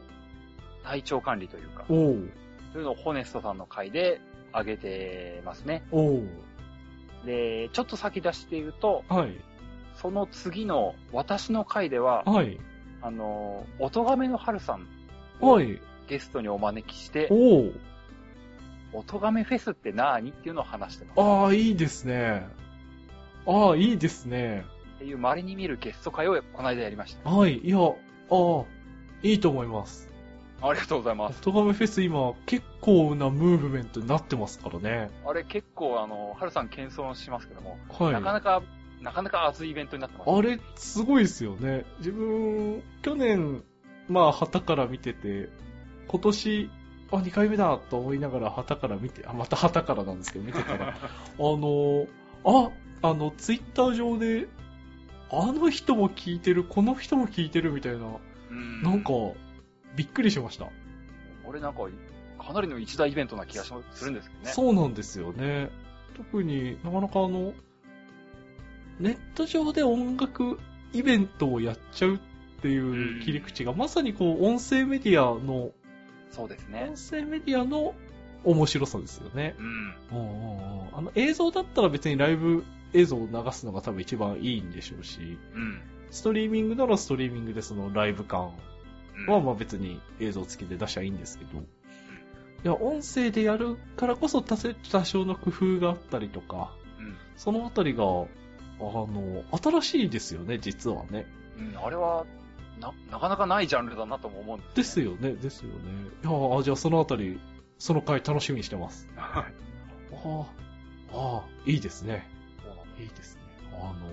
S2: 体調管理というか、
S1: おう、
S2: というのをホネストさんの回で上げてますね。
S1: おう、
S2: で、ちょっと先出して言うと、
S1: はい、
S2: その次の私の回では、
S1: はい、
S2: あの、おとがめの春さんを
S1: はい、
S2: ゲストにお招きして、
S1: おう。
S2: おとがめフェスってなーにっていうのを話してます。
S1: ああ、いいですね。ああ、いいですね。
S2: っていう稀に見るゲスト会をこの間やりまし
S1: はい、いや、ああ、いいと思います。
S2: た。ありがとうござい
S1: ア
S2: ます。
S1: フトガメフェス今、結構なムーブメントになってますからね。
S2: あれ結構あの、春さん謙遜しますけども、
S1: はい。
S2: なかなか、なかなか熱いイベントになってます。
S1: あれ、すごいですよね。自分、去年、まあ、旗から見てて、今年、あ、2回目だと思いながら旗から見て、あ、また旗からなんですけど、見てたら、あの、あ、あの、ツイッター上で、あの人も聞いてる、この人も聞いてるみたいな、
S2: うん
S1: なんか、びっくりしました。
S2: 俺なんか、かなりの一大イベントな気がしまするんですけどね。
S1: そうなんですよね。特になかなかあの、ネット上で音楽イベントをやっちゃうっていう切り口が、まさにこう、音声メディアの、
S2: そうですね
S1: 音。声メディアの面白さですよね。
S2: うん。
S1: うんうんうんあの映像だったら別にライブ映像を流すのが多分一番いいんでしょうし、
S2: うん。
S1: ストリーミングならストリーミングでそのライブ感
S2: うん
S1: はまあ別に映像付きで出しゃいいんですけど、いや、音声でやるからこそ多せ多少の工夫があったりとか、
S2: うん
S1: そのあたりが、あの、新しいですよね、実はね。
S2: うん。あれは、な、なかなかないジャンルだなとも思うんです、ね。
S1: ですよね、ですよね。いやーじゃあそのあたり、その回楽しみにしてます。
S2: はい。
S1: あーあー、いいですね。
S2: そうなんです
S1: いいですね。あの、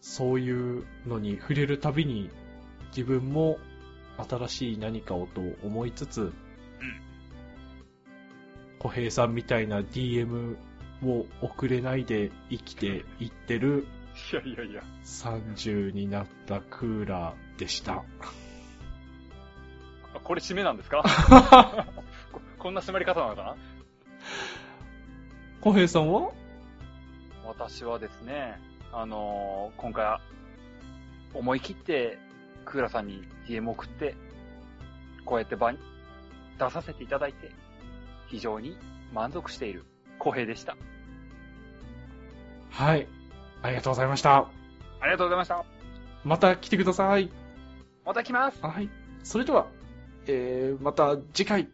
S1: そういうのに触れるたびに、自分も新しい何かをと思いつつ、小平さんみたいな DM を送れないで生きていってる
S2: いやいやいや。
S1: 30になったクーラーでした。
S2: あこれ締めなん ですかここんな締まり方なのかな
S1: 小平さんは
S2: 私はですね、あのー今回、思い切って、クーラさんに DM を送って、こうやって場に出させていただいて、非常に満足している公平でした。
S1: はい。ありがとうございました。
S2: ありがとうございました。
S1: また来てください。
S2: また来ます
S1: はい。それでは、えー、また次回。